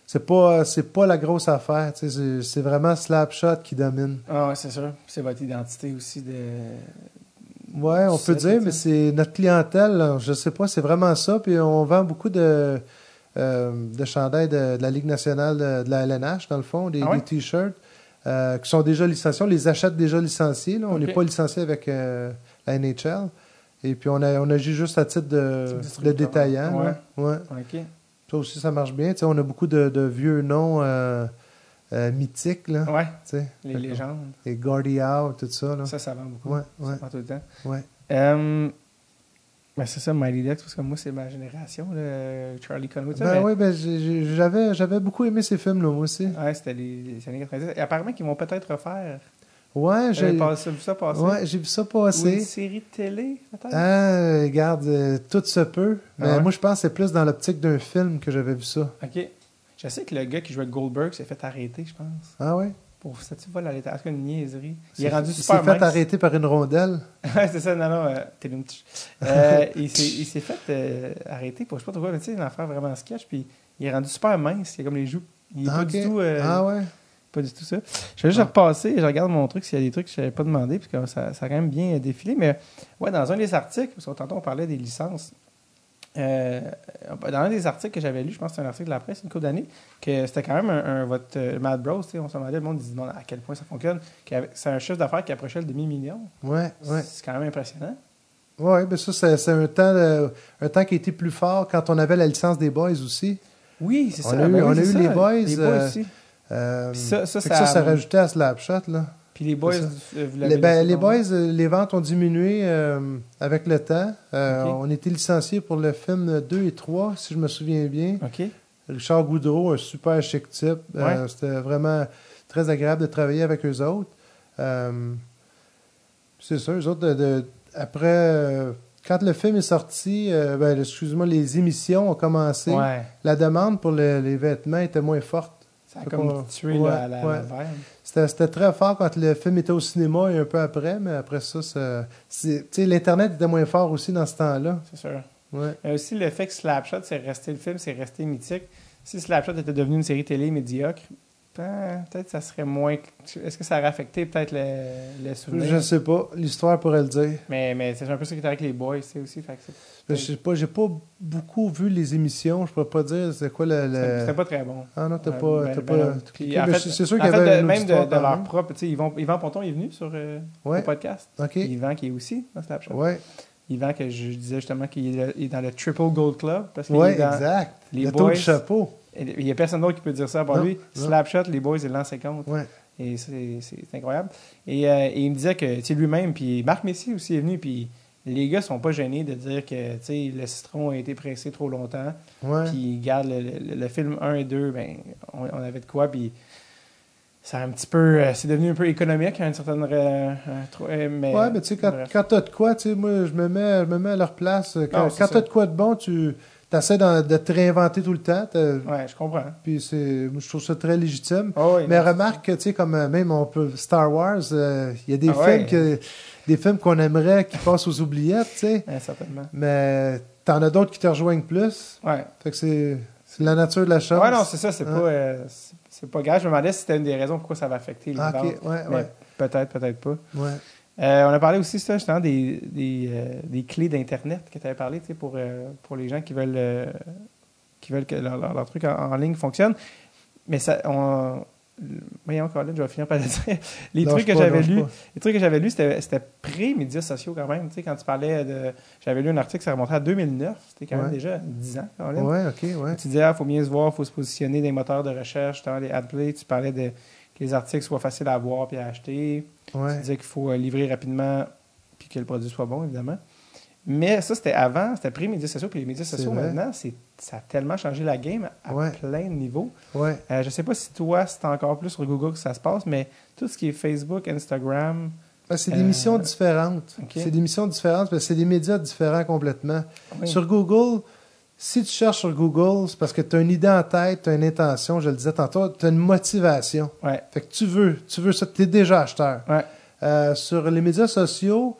C'est pas, c'est pas la grosse affaire. tu sais, C'est c'est vraiment Slapshot qui domine. Ah ouais, c'est sûr. C'est votre identité aussi de. Ouais, on C'est peut dire, ça. mais c'est notre clientèle. là, Je sais pas, c'est vraiment ça. Puis on vend beaucoup de, euh, de chandails de, de la Ligue nationale de, de la LNH, dans le fond, des, Ah ouais? des t-shirts euh, qui sont déjà licenciés. On les achète déjà licenciés. là. On Ok. n'est pas licencié avec euh, la NHL. Et puis on, a, on agit juste à titre de, de Distributeur. détaillant. là. Ouais. OK. Ça aussi, ça marche bien. Tu sais, on a beaucoup de, de vieux noms euh, euh, mythiques. Là, Ouais, tu sais. les légendes. Les Gordy Howe, tout ça. Là. Ça, ça vend beaucoup. Ouais, ouais, En tout le temps. ouais. Euh, ben c'est ça, Miley Dex, parce que moi, c'est ma génération, là, Charlie Conway. tout ça, Ben mais- Ah. oui, ben, j'ai- j'ai- j'avais, j'avais beaucoup aimé ces films-là, moi aussi. Ouais, c'était les, les années 90. Et apparemment, qu'ils vont peut-être refaire. Ouais, J'ai j'ai, vu ça passer. ouais, j'ai vu ça Ou une passer. série de télé, peut-être. Ah, regarde, euh, tout se peut. Mais Ah ouais? moi, je pense que c'est plus dans l'optique d'un film que j'avais vu ça. OK. Je sais que le gars qui jouait Goldberg s'est fait arrêter, je pense. Ah ouais? Pour ça, tu vois, la lettre. En tout cas, une niaiserie. Il C'est- est rendu il super s'est fait mince. arrêter par une rondelle. Ouais, c'est ça, non, non, euh, t'es une petite- Euh, il s'est il s'est fait euh, arrêter pour je sais pas trop quoi, mais tu sais, l'enfer vraiment sketch, puis il est rendu super mince, il a comme les joues. Il est Ah, pas, ok. du tout, euh, Ah ouais? pas du tout ça. Je vais juste Ah. repasser, je regarde mon truc, s'il y a des trucs que je n'avais pas demandé, puis que ça, ça a quand même bien euh, défilé. Mais ouais, dans un des articles, parce que tantôt on parlait des licences, euh, dans un des articles que j'avais lu, je pense que c'est un article de la presse, une couple d'années, que c'était quand même un, un- votre euh, Mad Bros, tu sais, on se demandait, le monde disait non, à quel point ça fonctionne, que c'est un chiffre d'affaires qui approchait le demi-million. Ouais, ouais. C'est quand même impressionnant. Ouais, ben ça, c'est, c'est un, temps, euh, un temps qui était plus fort quand on avait la licence des Boys aussi. Oui, c'est On ça. Ben a eu- oui, on a c'est eu ça. les Boys, Les boys euh, aussi. Euh, Puis ça- ça, fait que ça- ça, ça rajoutait à Slapshot, là. Puis les boys, ça. euh, vous l'avez Les, ben, laissé les tomber. boys, euh, les ventes ont diminué euh, avec le temps. Euh, Ok. On était licenciés pour le film 2 et 3, si je me souviens bien. OK. Richard Goudreau, un super chic type. Euh, C'était vraiment très agréable de travailler avec eux autres. Euh, c'est ça, eux autres, de- de- après, euh, quand le film est sorti, euh, ben, excuse-moi, les émissions ont commencé. Ouais. La demande pour le- les vêtements était moins forte. Ça a Faut comme pas- tué ouais, la, la, ouais. la vibe. C'était c'était très fort quand le film était au cinéma et un peu après, mais après ça, ça c'est- tu sais, l'Internet était moins fort aussi dans ce temps-là. C'est sûr. Ouais. Mais aussi le fait que Slapshot, c'est resté le film, c'est resté mythique. Si Slapshot était devenu une série télé médiocre, ben, peut-être ça serait moins. Est-ce que ça aurait affecté peut-être le, le souvenir? Je sais pas, l'histoire pourrait le dire. Mais, mais c'est un peu ça qui était avec les boys, c'est aussi. Fait que c'est- Je sais pas, j'ai pas beaucoup vu les émissions, je pourrais pas dire c'est quoi le... le- c'était pas très bon. Ah non, t'as Ouais, pas... ben, t'as ben pas non. t'as Puis pas- en mais fait- c'est c'est sûr en qu'il y fait, avait de- une même de, de autre histoire quand leur même. propre. Tu sais, Yvan, Yvan Ponton est venu sur euh, Ouais. le podcast. OK, Yvan qui est aussi dans Slapshot. ouais, Yvan, que je disais justement qu'il est, il est dans le Triple Gold Club. Parce qu'il ouais est dans- exact. les le taux boys. de chapeau, Il n'y a personne d'autre qui peut dire ça à part Non, lui. non. Slapshot, les boys et l'an 50. ouais. Et c'est c'est- c'est incroyable. Et, euh, et il me disait que, tu sais, lui-même, puis Marc Messier aussi est venu, puis les gars sont pas gênés de dire que, tu sais, le citron a été pressé trop longtemps. Ouais. Puis, garde le, le- le film 1 et 2, ben, on, on avait de quoi, puis ça a un petit peu. euh, c'est devenu un peu économique à une certaine. euh, euh, tro- euh, mais, Ouais, mais tu sais, quand, bref. quand t'as de quoi, tu sais, moi, je me mets, je me mets à leur place. Quand, Non, c'est quand ça. t'as de quoi de bon, tu essaies de te réinventer tout le temps. t'as- Ouais, je comprends. Puis c'est, moi, je trouve ça très légitime. Ah oui, Mais non, remarque que, tu sais, comme euh, même on peut, Star Wars, euh, il y a des Ah ouais. films que, des films qu'on aimerait qui passent aux oubliettes, tu sais. c'est- ouais, certainement. Mais t'en as d'autres qui te rejoignent plus. Ouais. Fait que c'est, c'est la nature de la chance. Ouais, non, c'est ça, c'est Hein? pas. euh, c'est- c'est pas grave. Je me demandais si c'était une des raisons pourquoi ça va affecter les Ah, ventes. ok, ouais, Mais ouais, Peut-être, peut-être pas. ouais. Euh, on a parlé aussi, ça, justement, des, des, euh, des clés d'Internet que tu avais parlé, tu sais, pour, euh, pour les gens qui veulent, euh, qui veulent que leur, leur- leur truc en, en ligne fonctionne. Mais ça, on... Voyons, Colin, je vais finir par le dire. Les Lâche trucs, que pas, j'avais lâche lus, pas. les trucs que j'avais lus, c'était c'était pré-médias sociaux quand même. Tu sais, quand tu parlais de... J'avais lu un article, ça remontait à 2009. C'était quand même Ouais. déjà 10 ans, Colin. Ouais, ok, ouais. Hein, Tu disais, il faut bien se voir, il faut se positionner des moteurs de recherche, justement, les AdPlay. Tu parlais de que les articles soient faciles à voir puis à acheter. Tu Ouais. disais qu'il faut euh, livrer rapidement puis que le produit soit bon, évidemment. Mais ça, c'était avant, c'était après les médias sociaux. Puis les médias C'est sociaux, vrai. maintenant, c'est- ça a tellement changé la game à Ouais. plein de niveaux. Ouais. Euh, je sais pas si toi, c'est encore plus sur Google que ça se passe, mais tout ce qui est Facebook, Instagram, Ben, c'est des Euh, missions différentes. ok. C'est des missions différentes parce que c'est des médias différents complètement. Oui. Sur Google, si tu cherches sur Google, c'est parce que tu as une idée en tête, tu as une intention, je le disais tantôt, tu as une motivation. ouais, Fait que tu veux, tu veux ça, tu es déjà acheteur. ouais, Euh, sur les médias sociaux,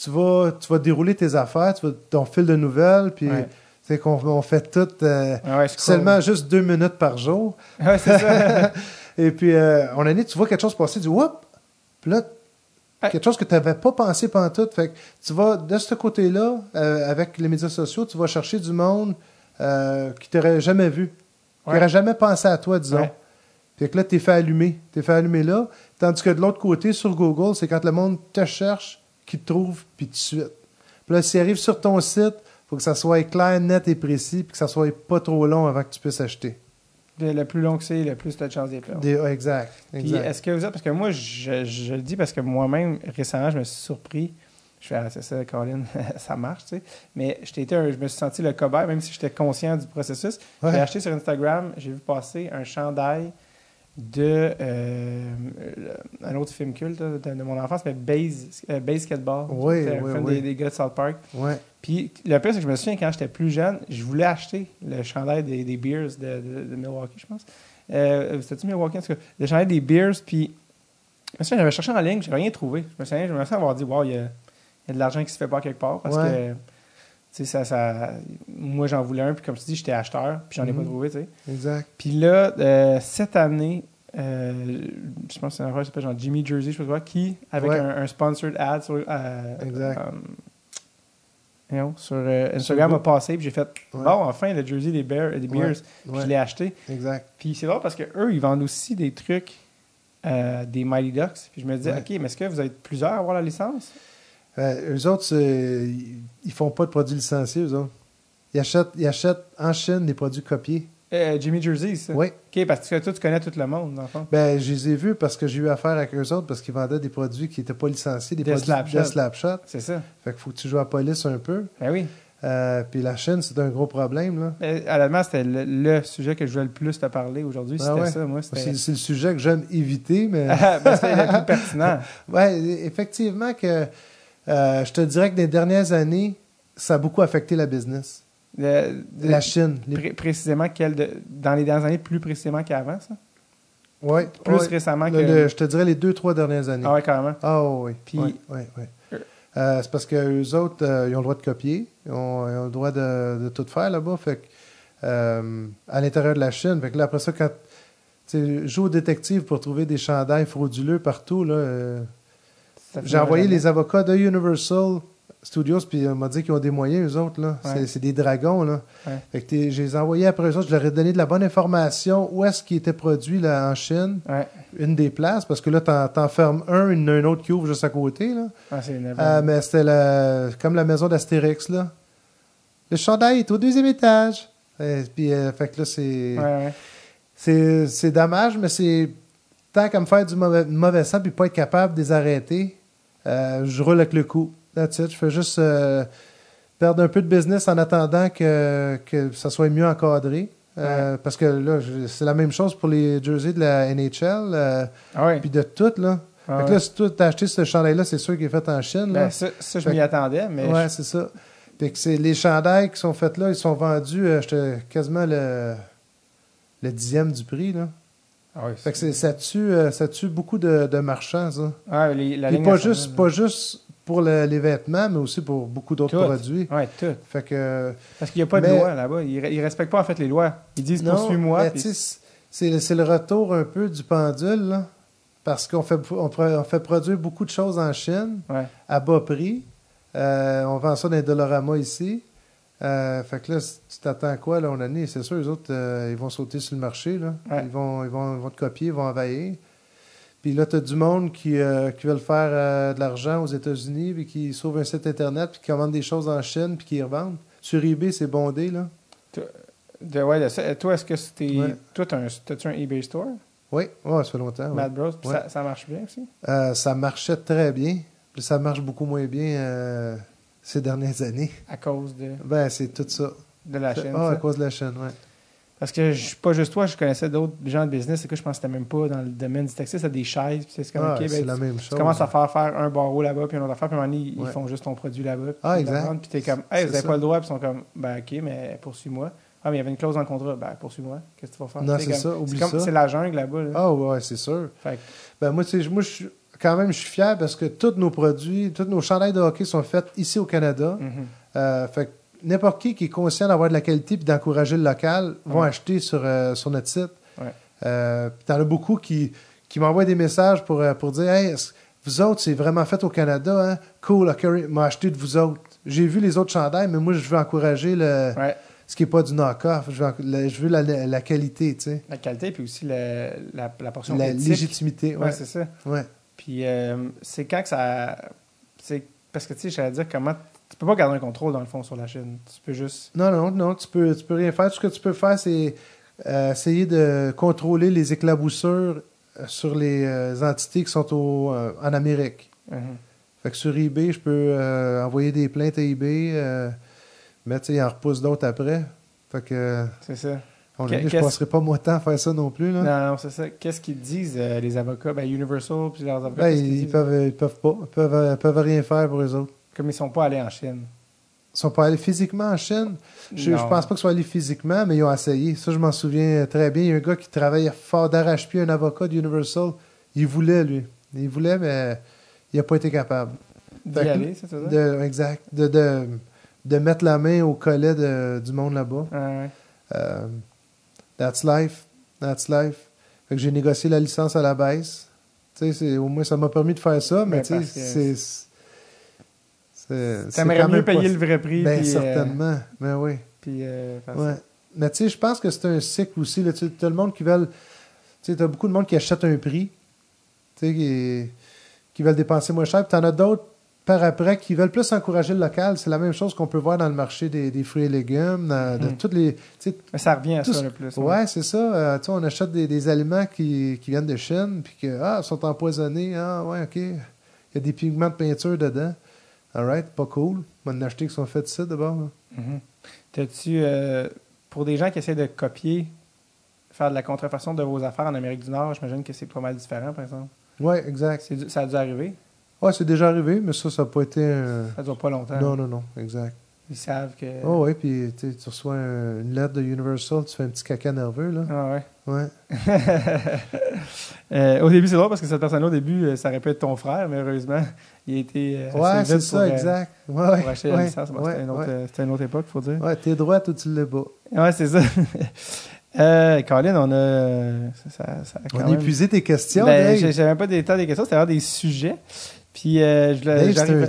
tu vas, tu vas dérouler tes affaires, tu vas, ton fil de nouvelles, puis Ouais. c'est qu'on on fait tout euh, ouais, ouais, je crois. seulement juste deux minutes par jour. Ouais, c'est ça. Et puis, euh, on a dit, tu vois quelque chose passer, tu dis, oups, puis là, Ah. quelque chose que tu n'avais pas pensé pendant tout. Fait que tu vas, de ce côté-là, euh, avec les médias sociaux, tu vas chercher du monde euh, qui t'aurait jamais vu, qui Ouais. n'aurait jamais pensé à toi, disons. Ouais. Fait que là, t'es fait allumer. T'es fait allumer là. Tandis que de l'autre côté, sur Google, c'est quand le monde te cherche, qui te trouve, puis tout de suite. Puis là, s'il arrive sur ton site, faut que ça soit clair, net et précis, puis que ça soit pas trop long avant que tu puisses acheter. Le le plus long que c'est, le plus tu as de chance d'être là. Des- ouais, exact. Oh. Puis exact. est-ce que vous êtes, parce que moi, je, je le dis parce que moi-même, récemment, je me suis surpris. Je fais, ah, c'est ça, Colin, ça marche, tu sais. Mais j'étais été un- je me suis senti le cobaye, même si j'étais conscient du processus. Ouais. J'ai acheté sur Instagram, j'ai vu passer un chandail de euh, le- un autre film culte là, de, de mon enfance, mais Base, euh, Basketball. Oui, C'était un oui, film oui. Des, des gars de South Park. Ouais. Puis le pire, c'est que je me souviens quand j'étais plus jeune, je voulais acheter le chandail des, des Bears de, de- de Milwaukee, je pense. Euh, C'était-tu Milwaukee en tout cas? Le chandail des Bears, puis je me souviens, j'avais cherché en ligne, j'ai rien trouvé. Je me souviens, je me souviens avoir dit, wow, il y a, il y a de l'argent qui se fait pas quelque part parce que. Ouais. Tu sais, ça, ça, moi j'en voulais un, puis comme tu dis, j'étais acheteur, puis j'en ai pas Mhm. trouvé, tu sais. Exact. Puis là, euh, cette année, euh, je pense que c'est un affaire qui s'appelle genre Jimmy Jersey, je sais pas quoi, qui, avec Ouais. un, un sponsored ad sur, euh, Exact. euh, voyons, sur euh, Instagram Sur- a passé, puis j'ai fait Ouais. bon, enfin, le jersey des, Bears, des Bears, Ouais. puis Ouais. je l'ai acheté. Exact. Puis c'est drôle parce que eux, ils vendent aussi des trucs. euh, des Mighty Ducks. Puis je me disais, Ouais. OK, mais est-ce que vous êtes plusieurs à avoir la licence? Euh, eux autres, c'est- ils ils font pas de produits licenciés, eux autres. Ils achètent, ils achètent en Chine des produits copiés. Euh, Jimmy Jersey, ça. Oui. OK, parce que toi, tu connais tout le monde, dans le fond. Ben, je les ai vus parce que j'ai eu affaire avec eux autres parce qu'ils vendaient des produits qui n'étaient pas licenciés, des Des produits slap de shots. slapshot. C'est ça. Fait qu'il faut que tu joues à la police un peu. Ben oui. Euh, puis la Chine, c'est un gros problème, là. Mais, honnêtement, c'était le, le sujet que je voulais le plus te parler aujourd'hui. Ah C'était ouais. ça, moi. C'était C'est c'est le sujet que j'aime éviter, mais... Ben, c'était le plus pertinent. ouais, effectivement que... euh, je te dirais que les dernières années, ça a beaucoup affecté la business. Le- Euh, de- La Chine. Les... pré- précisément, quel de- dans les dernières années, plus précisément qu'avant, ça? Ouais, Plus ouais. récemment que. Le- le- je te dirais les deux, trois dernières années. Ah ouais, carrément. Ah oui, Puis- oui, oui, oui. Euh, c'est parce que eux autres, euh, ils ont le droit de copier, ils ont, ils ont le droit de, de tout faire là-bas, fait que, euh, à l'intérieur de la Chine. Fait que là, après ça, quand tu sais, joue au détective pour trouver des chandails frauduleux partout, là, euh, Ça j'ai finira envoyé jamais. les avocats de Universal Studios, puis on m'a dit qu'ils ont des moyens, eux autres. Là. Ouais. C'est, c'est des dragons. Là. Ouais. Fait que t'es- je les ai envoyés après eux autres, je leur ai donné de la bonne information où est-ce qu'ils étaient produits là, en Chine, Ouais, une des places, parce que là, t'en, t'en fermes un, il y en a un autre qui ouvre juste à côté. Là. Ah, c'est une- Ah, mais c'était la- comme la maison d'Astérix, là. Le chandail est au deuxième étage. Et puis, euh, fait que là, Ouais, c'est... ouais. C'est, c'est dommage, mais c'est... tant qu'à me faire du mauvais, mauvais sang puis pas être capable de les arrêter, euh, je roule avec le coup. That's it. Je fais juste euh, perdre un peu de business en attendant que, que ça soit mieux encadré. Euh, Parce que là, je- c'est la même chose pour les jerseys de la NHL, euh, Ah ouais. puis de tout, là. Ah fait que ouais. là, si tu as acheté ce chandail-là, c'est sûr qu'il est fait en Chine. là. Ben, ça, ça, je m'y Fait- attendais, mais ouais, c'est ça. Fait que c'est les chandails qui sont faits là, ils sont vendus euh, j'étais quasiment le, le dixième du prix. Là. je- ah ouais, Fait que c'est- ça tue, euh, ça tue beaucoup de, de marchands, ça. Ah, les- la Puis ligne pas nationale, juste, là. pas juste pour le- les vêtements, mais aussi pour beaucoup d'autres Tout. produits. Ouais, tout. Fait que euh, Parce qu'il n'y a pas de Mais- loi là-bas. Ils, re- ils respectent pas en fait les lois. Ils disent non, poursuis-moi. mais puis- tu sais, c'est le- c'est le retour un peu du pendule, là. parce qu'on fait, on, pro- on fait produire beaucoup de choses en Chine Ouais. à bas prix. Euh, on vend ça dans les Dollarama ici. Euh, fait que là, si tu t'attends à quoi, là, on a ni- C'est sûr, les autres, euh, ils vont sauter sur le marché, là. Ouais. Ils, vont, ils, vont, ils vont te copier, ils vont envahir. Puis là, tu as du monde qui, euh, qui veulent faire euh, de l'argent aux États-Unis, puis qui s'ouvre un site Internet, puis qui commande des choses en Chine, puis qui les revendent. Sur eBay, c'est bondé, là. De- ouais, de ça. Toi, est-ce que c'était. Ouais. Toi, t'as un, t'as-tu un eBay Store, Oui, ouais, ça fait longtemps. Ah, ouais. Mad Bros, puis Ouais. ça, ça marche bien aussi? Euh, ça marchait très bien. Puis ça marche beaucoup moins bien euh, ces dernières années. À cause de, Ben, c'est tout ça. de la chaîne. Ah, à ça. cause de la chaîne, ouais. Parce que je, pas juste toi, je connaissais d'autres gens de business. Et que je pense que c'était même pas dans le domaine du taxi, c'était des chaises. Puis c'est comme, Ah, ok, c'est ben, la tu- même tu chose. commences à faire faire un barreau là-bas, puis une autre affaire, puis à un moment donné, ils- ils Ouais. font juste ton produit là-bas. puis Ah, ils le exact. vendent, Puis t'es comme, hey, vous C'est avez ça. pas le droit, puis ils sont comme, ben ok, mais poursuis-moi. Ah, mais il y avait une clause dans le contrat, ben poursuis-moi, qu'est-ce que tu vas faire? Non, Tu sais, c'est comme- ça, oublie c'est comme- ça. C'est la jungle là-bas. là. Ah, ouais, c'est sûr. Fait que- Ben, moi, tu sais, je- moi, je suis- quand même, je suis fier parce que tous nos produits, tous nos chandails de hockey sont faits ici au Canada. Mhm. Euh, fait que n'importe qui qui est conscient d'avoir de la qualité puis d'encourager le local vont Ouais. acheter sur, euh, sur notre site. Ouais. Euh, puis t'en as beaucoup qui, qui m'envoient des messages pour, euh, pour dire Hey, est-ce- vous autres, c'est vraiment fait au Canada, hein? Cool, Curry m'a acheté de vous autres. J'ai vu les autres chandails, mais moi, je veux encourager le, Ouais, ce qui n'est pas du knock-off. Je veux, en- la- je veux la, la- la qualité, tu sais. la qualité, puis aussi la, la, la portion La éthique. légitimité. Ouais, Ouais, c'est ça. ouais. Puis euh, c'est quand que ça. c'est Parce que tu sais, j'allais dire comment. Tu peux pas garder un contrôle dans le fond sur la Chine. Tu peux juste. Non, non, non, tu peux, tu peux rien faire. Tout ce que tu peux faire, c'est euh, essayer de contrôler les éclaboussures euh, sur les euh, entités qui sont au, euh, en Amérique. Mhm. Fait que sur eBay, je peux euh, envoyer des plaintes à eBay, euh, mais tu sais, ils en repoussent d'autres après. Fait que, euh, C'est ça. on Qu'est- l'a dit, je qu'est-ce- passerai pas mon temps à faire ça non plus. Là. Non, non, c'est ça. Qu'est-ce qu'ils disent, euh, les avocats Ben, Universal, puis leurs avocats. Ben, qu'est-ce qu'ils ils, ils disent? peuvent, ils peuvent pas, ils peuvent, euh, peuvent rien faire pour eux autres. Comme ils sont pas allés en Chine. Ils sont pas allés physiquement en Chine. Je, je Non. pense pas qu'ils soient allés physiquement, mais ils ont essayé. Ça, je m'en souviens très bien. Il y a un gars qui travaillait fort d'arrache-pied, un avocat d'Universal. Il voulait, lui. Il voulait, mais il n'a pas été capable. D'y Fait que- aller, c'est ça Ouais, De, exact. De, de, de mettre la main au collet de- du monde là-bas. ouais. Euh, that's life. That's life. Fait que j'ai négocié la licence à la baisse. Tu sais, c'est- au moins, ça m'a permis de faire ça, mais Ben, tu sais, parce que- c'est... c'est- c'est- c'est T'aimerais quand mieux même payer pas- le vrai prix. Ben, puis, euh, certainement. Ben oui. puis, euh, faire ça. Ouais. Mais tu sais, je pense que c'est un cycle aussi. Là, tu as le monde qui veulent. Tu sais, t'as beaucoup de monde qui achète un prix, tu sais, qui, qui veulent dépenser moins cher. Puis t'en as d'autres par après qui veulent plus encourager le local. C'est la même chose qu'on peut voir dans le marché des, des fruits et légumes, dans, de Mhm. toutes les. tu sais, Mais ça revient à Tout ça ce- le plus. ouais, Mm. c'est ça. Euh, tu sais, on achète des, des aliments qui, qui viennent de Chine, puis que ah, sont empoisonnés. Ah, ouais, ok. Il y a des pigments de peinture dedans. Alright, pas cool. On va en acheter qui sont faits ici d'abord. là. Mhm. T'as-tu, euh, pour des gens qui essaient de copier, faire de la contrefaçon de vos affaires en Amérique du Nord, j'imagine que c'est pas mal différent, par exemple. Ouais, exact. C'est du- ça a dû arriver. Ouais, c'est déjà arrivé, mais ça, ça n'a pas été un- Ça dure pas longtemps. Non, non, non, exact. Ils savent que. Oh ouais, puis tu sais, tu reçois un- une lettre de Universal, tu fais un petit caca nerveux, là. Ah ouais. Ouais. Euh, au début, c'est drôle parce que cette personne-là, au début, euh, ça aurait pu être ton frère, mais heureusement, il a été. euh, Ouais, assez c'est vite ça, pour, euh, exact. Ouais, ouais, Pour acheter la ouais, licence. Bon, ouais, c'était, une autre, ouais. euh, c'était une autre époque, faut dire. Ouais, t'es droite ou tu l'es pas. Ouais, c'est ça. euh, Colin, on a. Ça, ça- ça a quand On a même- épuisé tes questions, Ben, Dave. j'ai- J'avais pas des tas des questions, c'était vraiment des sujets. Puis, euh, je voulais- Dave, c'est j'arrive- un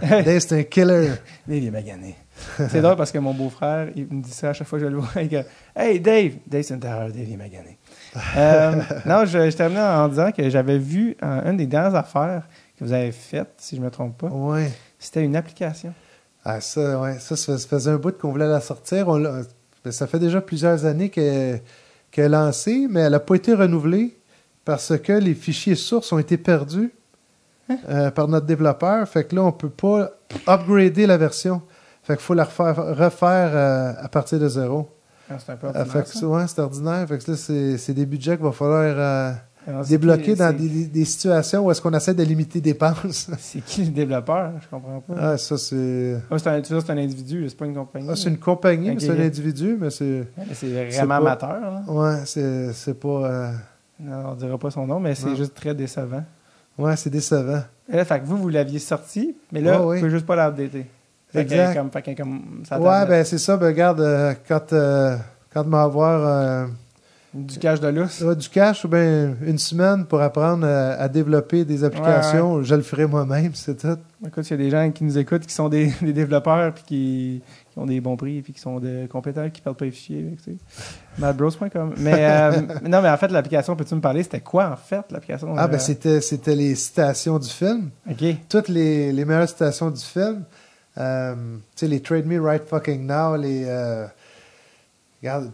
tueur. Dave, c'est un killer. Dave, il est magané. c'est drôle parce que mon beau-frère, il me dit ça à chaque fois que je le vois. Il dit Hey Dave, Dave, c'est une terreur, Dave, il est magané. Euh, non, je, je terminais en disant que j'avais vu euh, une des dernières affaires que vous avez faites, si je ne me trompe pas, Ouais. c'était une application. Ah, ça, ouais. Ça, ça faisait un bout qu'on voulait la sortir. On l'a- ben, ça fait déjà plusieurs années qu'elle qu'elle est lancée, mais elle n'a pas été renouvelée. parce que les fichiers sources ont été perdus Hein? euh, par notre développeur. Fait que là, on peut pas upgrader la version. Fait qu'il faut la refaire, refaire euh, à partir de zéro. Ah, c'est un peu Euh, ordinaire, fait que ça. ça, ouais, c'est ordinaire. Fait que là, c'est c'est des budgets qu'il va falloir euh, Alors, c'est débloquer qui- dans c'est- des, des- des situations où est-ce qu'on essaie de limiter des dépenses. C'est qui le développeur? Je comprends pas. ah, ça, c'est... Ah, c'est un, tu vois, c'est un individu, c'est pas une compagnie. Ah, c'est une compagnie, mais Ok. c'est un individu, mais c'est... Mais C'est C'est vraiment pas- amateur. là. Ouais, c'est c'est pas... euh, Non, on dira pas son nom, mais c'est Non. juste très décevant. Ouais, c'est décevant. Et là, fait que vous, vous l'aviez sorti, mais là, Ouais, ouais. vous pouvez juste pas l'updater. Fait que, Exact. comme, fait que, comme, ça ouais, donne ben c'est ça. Ben regarde, euh, quand, euh, quand m'avoir euh, du cash de lousse. euh, du cash ou ben une semaine pour apprendre euh, à développer des applications, je le ferai moi-même, c'est tout. Écoute, il y a des gens qui nous écoutent qui sont des, des développeurs puis qui, qui ont des bons prix puis qui sont de, compétents, qui perdent pas les fichiers. fait que, tu sais, Madbros.com. Mais euh, non, mais en fait, l'application, peux-tu me parler? C'était quoi en fait l'application? Ah ben Euh, c'était c'était les citations du film, OK. toutes les, les meilleures citations du film. Euh, tu sais les Trade Me Right Fucking Now, les euh, regarde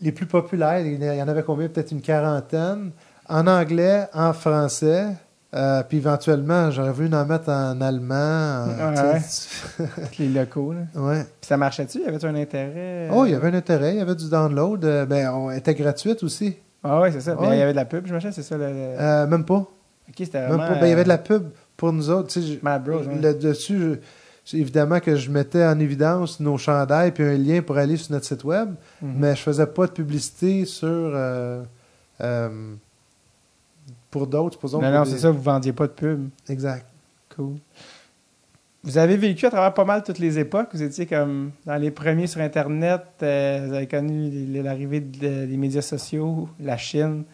les plus populaires, il y en avait combien peut-être une quarantaine en anglais, en français. euh, puis éventuellement, j'aurais voulu en mettre en allemand. en- Ouais. tu sais, Avec les locaux. Là. tu- ouais. Puis ça marchait-tu? Y avait-tu un intérêt? euh? Oh, il y avait un intérêt, il y avait du download. euh, ben, on elle était gratuite aussi. Ah ouais, c'est ça. Mais Ouais. il y avait de la pub, j'imagine, c'est ça. Le, le- Oh, Euh, même pas. OK, c'était Même vraiment... euh, hein. pas. Ben, il y avait de la pub pour nous autres. tu sais, je- Mad Bros, ouais. le dessus, je- c'est évidemment que je mettais en évidence nos chandails puis un lien pour aller sur notre site web, Mhm. mais je faisais pas de publicité sur euh, euh, pour d'autres, supposons. Non, pour non, des- c'est ça, vous vendiez pas de pub. Exact. Cool. Vous avez vécu à travers pas mal toutes les époques. Vous étiez comme dans les premiers sur Internet. euh, vous avez connu l- l'arrivée de- des médias sociaux, la Chine.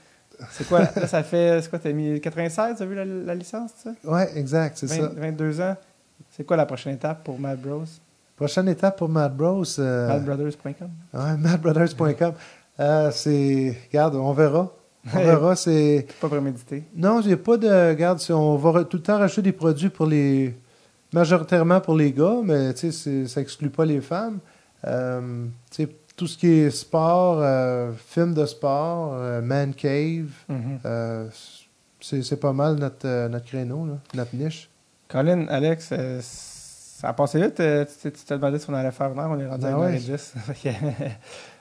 C'est quoi? là, ça fait... C'est quoi? T'as mis 96, t'as vu la, la licence, ça? Ouais, exact, c'est 20 ça. Euh. 22 ans. C'est quoi la prochaine étape pour Mad Bros? Prochaine étape pour Mad Bros. euh, Madbrothers.com. ouais, madbrothers.com. Euh, c'est, regarde, on verra. On verra, c'est. Pas prémédité. Non, j'ai pas de. Regarde, si on va re- tout le temps racheter des produits pour les. majoritairement pour les gars, mais tu sais, c'est- ça exclut pas les femmes. Euh, tu sais, tout ce qui est sport, euh, films de sport, euh, man cave, Mm-hmm. euh, c'est c'est pas mal notre, euh, notre créneau, là, notre niche. Colin, Alex, euh, ça a passé vite. euh, tu t'es- tu t'es demandé si on allait faire une heure, on est rendu Ah à 1 ouais. 10.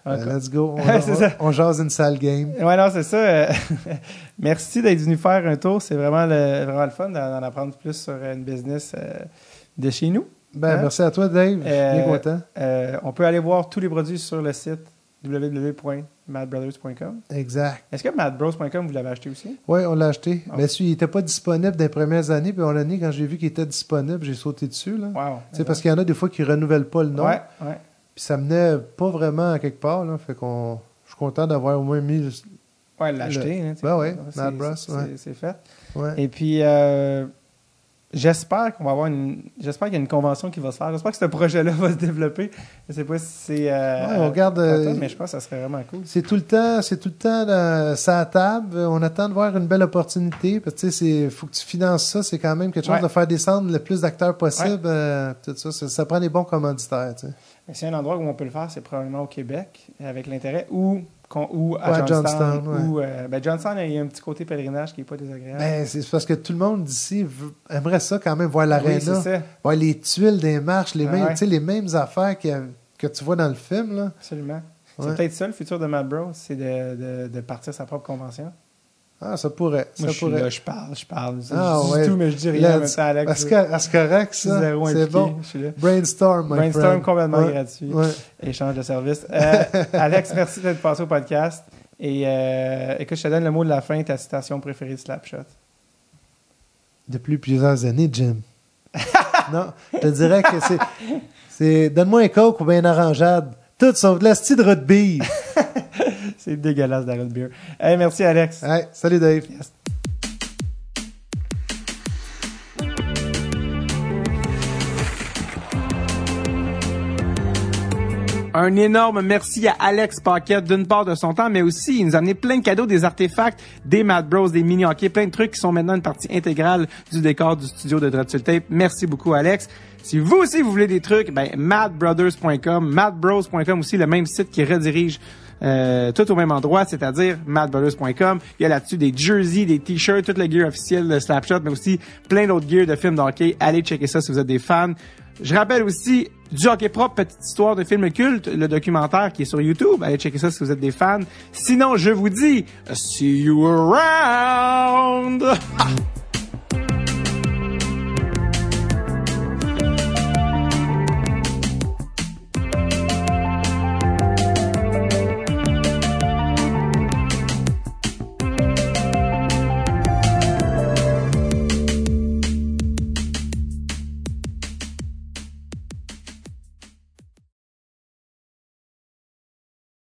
Euh, let's go. On, Ouais, c'est on- ça. on jase une salle game. Ouais, non, c'est ça. euh, Merci d'être venu faire un tour. C'est vraiment le, vraiment le fun d'en d'en apprendre plus sur une business euh, de chez nous. Ben, Hein? merci à toi, Dave. Bien Euh, content. Euh, on peut aller voir tous les produits sur le site www.madbrothers.com. Exact. Est-ce que madbros.com, vous l'avez acheté aussi? Oui, on l'a acheté. Ah. Mais si, il était pas disponible dans les premières années, puis on l'a mis quand j'ai vu qu'il était disponible, j'ai sauté dessus, là. Wow. Tu sais, parce qu'il y en a des fois qui ne renouvellent pas le nom. Ouais, ouais. Puis ça menait pas vraiment à quelque part. Là, fait qu'on. Je suis content d'avoir au moins mis. le- Ouais, l'acheter. hein, tu sais. Ben ouais, C'est- Mad Bros, c'est- ouais. c'est- C'est fait. Ouais. Et puis, euh, j'espère qu'on va avoir une. J'espère qu'il y a une convention qui va se faire. J'espère que ce projet-là va se développer. Je sais pas si c'est. euh, Ouais, on regarde, euh, attends, mais je pense que ça serait vraiment cool. C'est tout le temps, c'est tout le temps euh, ça à table. On attend de voir une belle opportunité. Parce que tu sais, c'est- faut que tu finances ça. C'est quand même quelque chose Ouais. de faire descendre le plus d'acteurs possible. euh, tout ça, ça, ça prend des bons commanditaires. tu sais. Mais s'il y a un endroit où on peut le faire, c'est probablement au Québec, avec l'intérêt, ou, qu'on- ou à Ouais, Johnstown. Johnstown, ouais. ou, euh, ben, Johnstown, il y a un petit côté pèlerinage qui n'est pas désagréable. Ben, c'est parce que tout le monde d'ici veut- aimerait ça quand même voir oui, l'aréna. c'est ça, voir les tuiles des marches, les Ah mêmes, ouais. tu sais, les mêmes affaires que, que tu vois dans le film. Là. absolument. Ouais. C'est peut-être ça le futur de Mad Bros, c'est de, de, de partir sa propre convention. Ah, ça pourrait. Moi, ça je suis pourrait. là, je parle, je parle. Ah, je dis ouais. tout, mais je dis rien Là, en même temps, Alex. Parce je- que- ah, c'est correct, je suis ça. zéro C'est impliqué, bon. Je suis là. Brainstorm, my Brainstorm friend. complètement Ouais. gratuit. Ouais. Échange de services. Euh, Alex, merci d'être passé au podcast. Et euh, écoute, je te donne le mot de la fin, ta citation préférée de Slapshot. Depuis plusieurs années, Jim. non, je te dirais que c'est. c'est Donne-moi un coke ou bien une orangeade. Tout sauf de la style de route bille. C'est dégueulasse, Darren Beer. Hey, merci, Alex. Hey, salut, Dave. Un énorme merci à Alex Paquette d'une part de son temps, mais aussi il nous a amené plein de cadeaux, des artefacts, des Mad Bros, des mini hockey, plein de trucs qui sont maintenant une partie intégrale du décor du studio de Dreadful Tape. Merci beaucoup Alex. Si vous aussi vous voulez des trucs, ben madbrothers.com, madbros.com aussi le même site qui redirige euh, tout au même endroit, c'est-à-dire mattbellus.com. Il y a là-dessus des jerseys, des t-shirts, toute la gear officielle de Slapshot, mais aussi plein d'autres gears de films de hockey. Allez checker ça si vous êtes des fans. Je rappelle aussi du hockey propre, petite histoire de film culte, le documentaire qui est sur YouTube. Allez checker ça si vous êtes des fans. Sinon, je vous dis, see you around!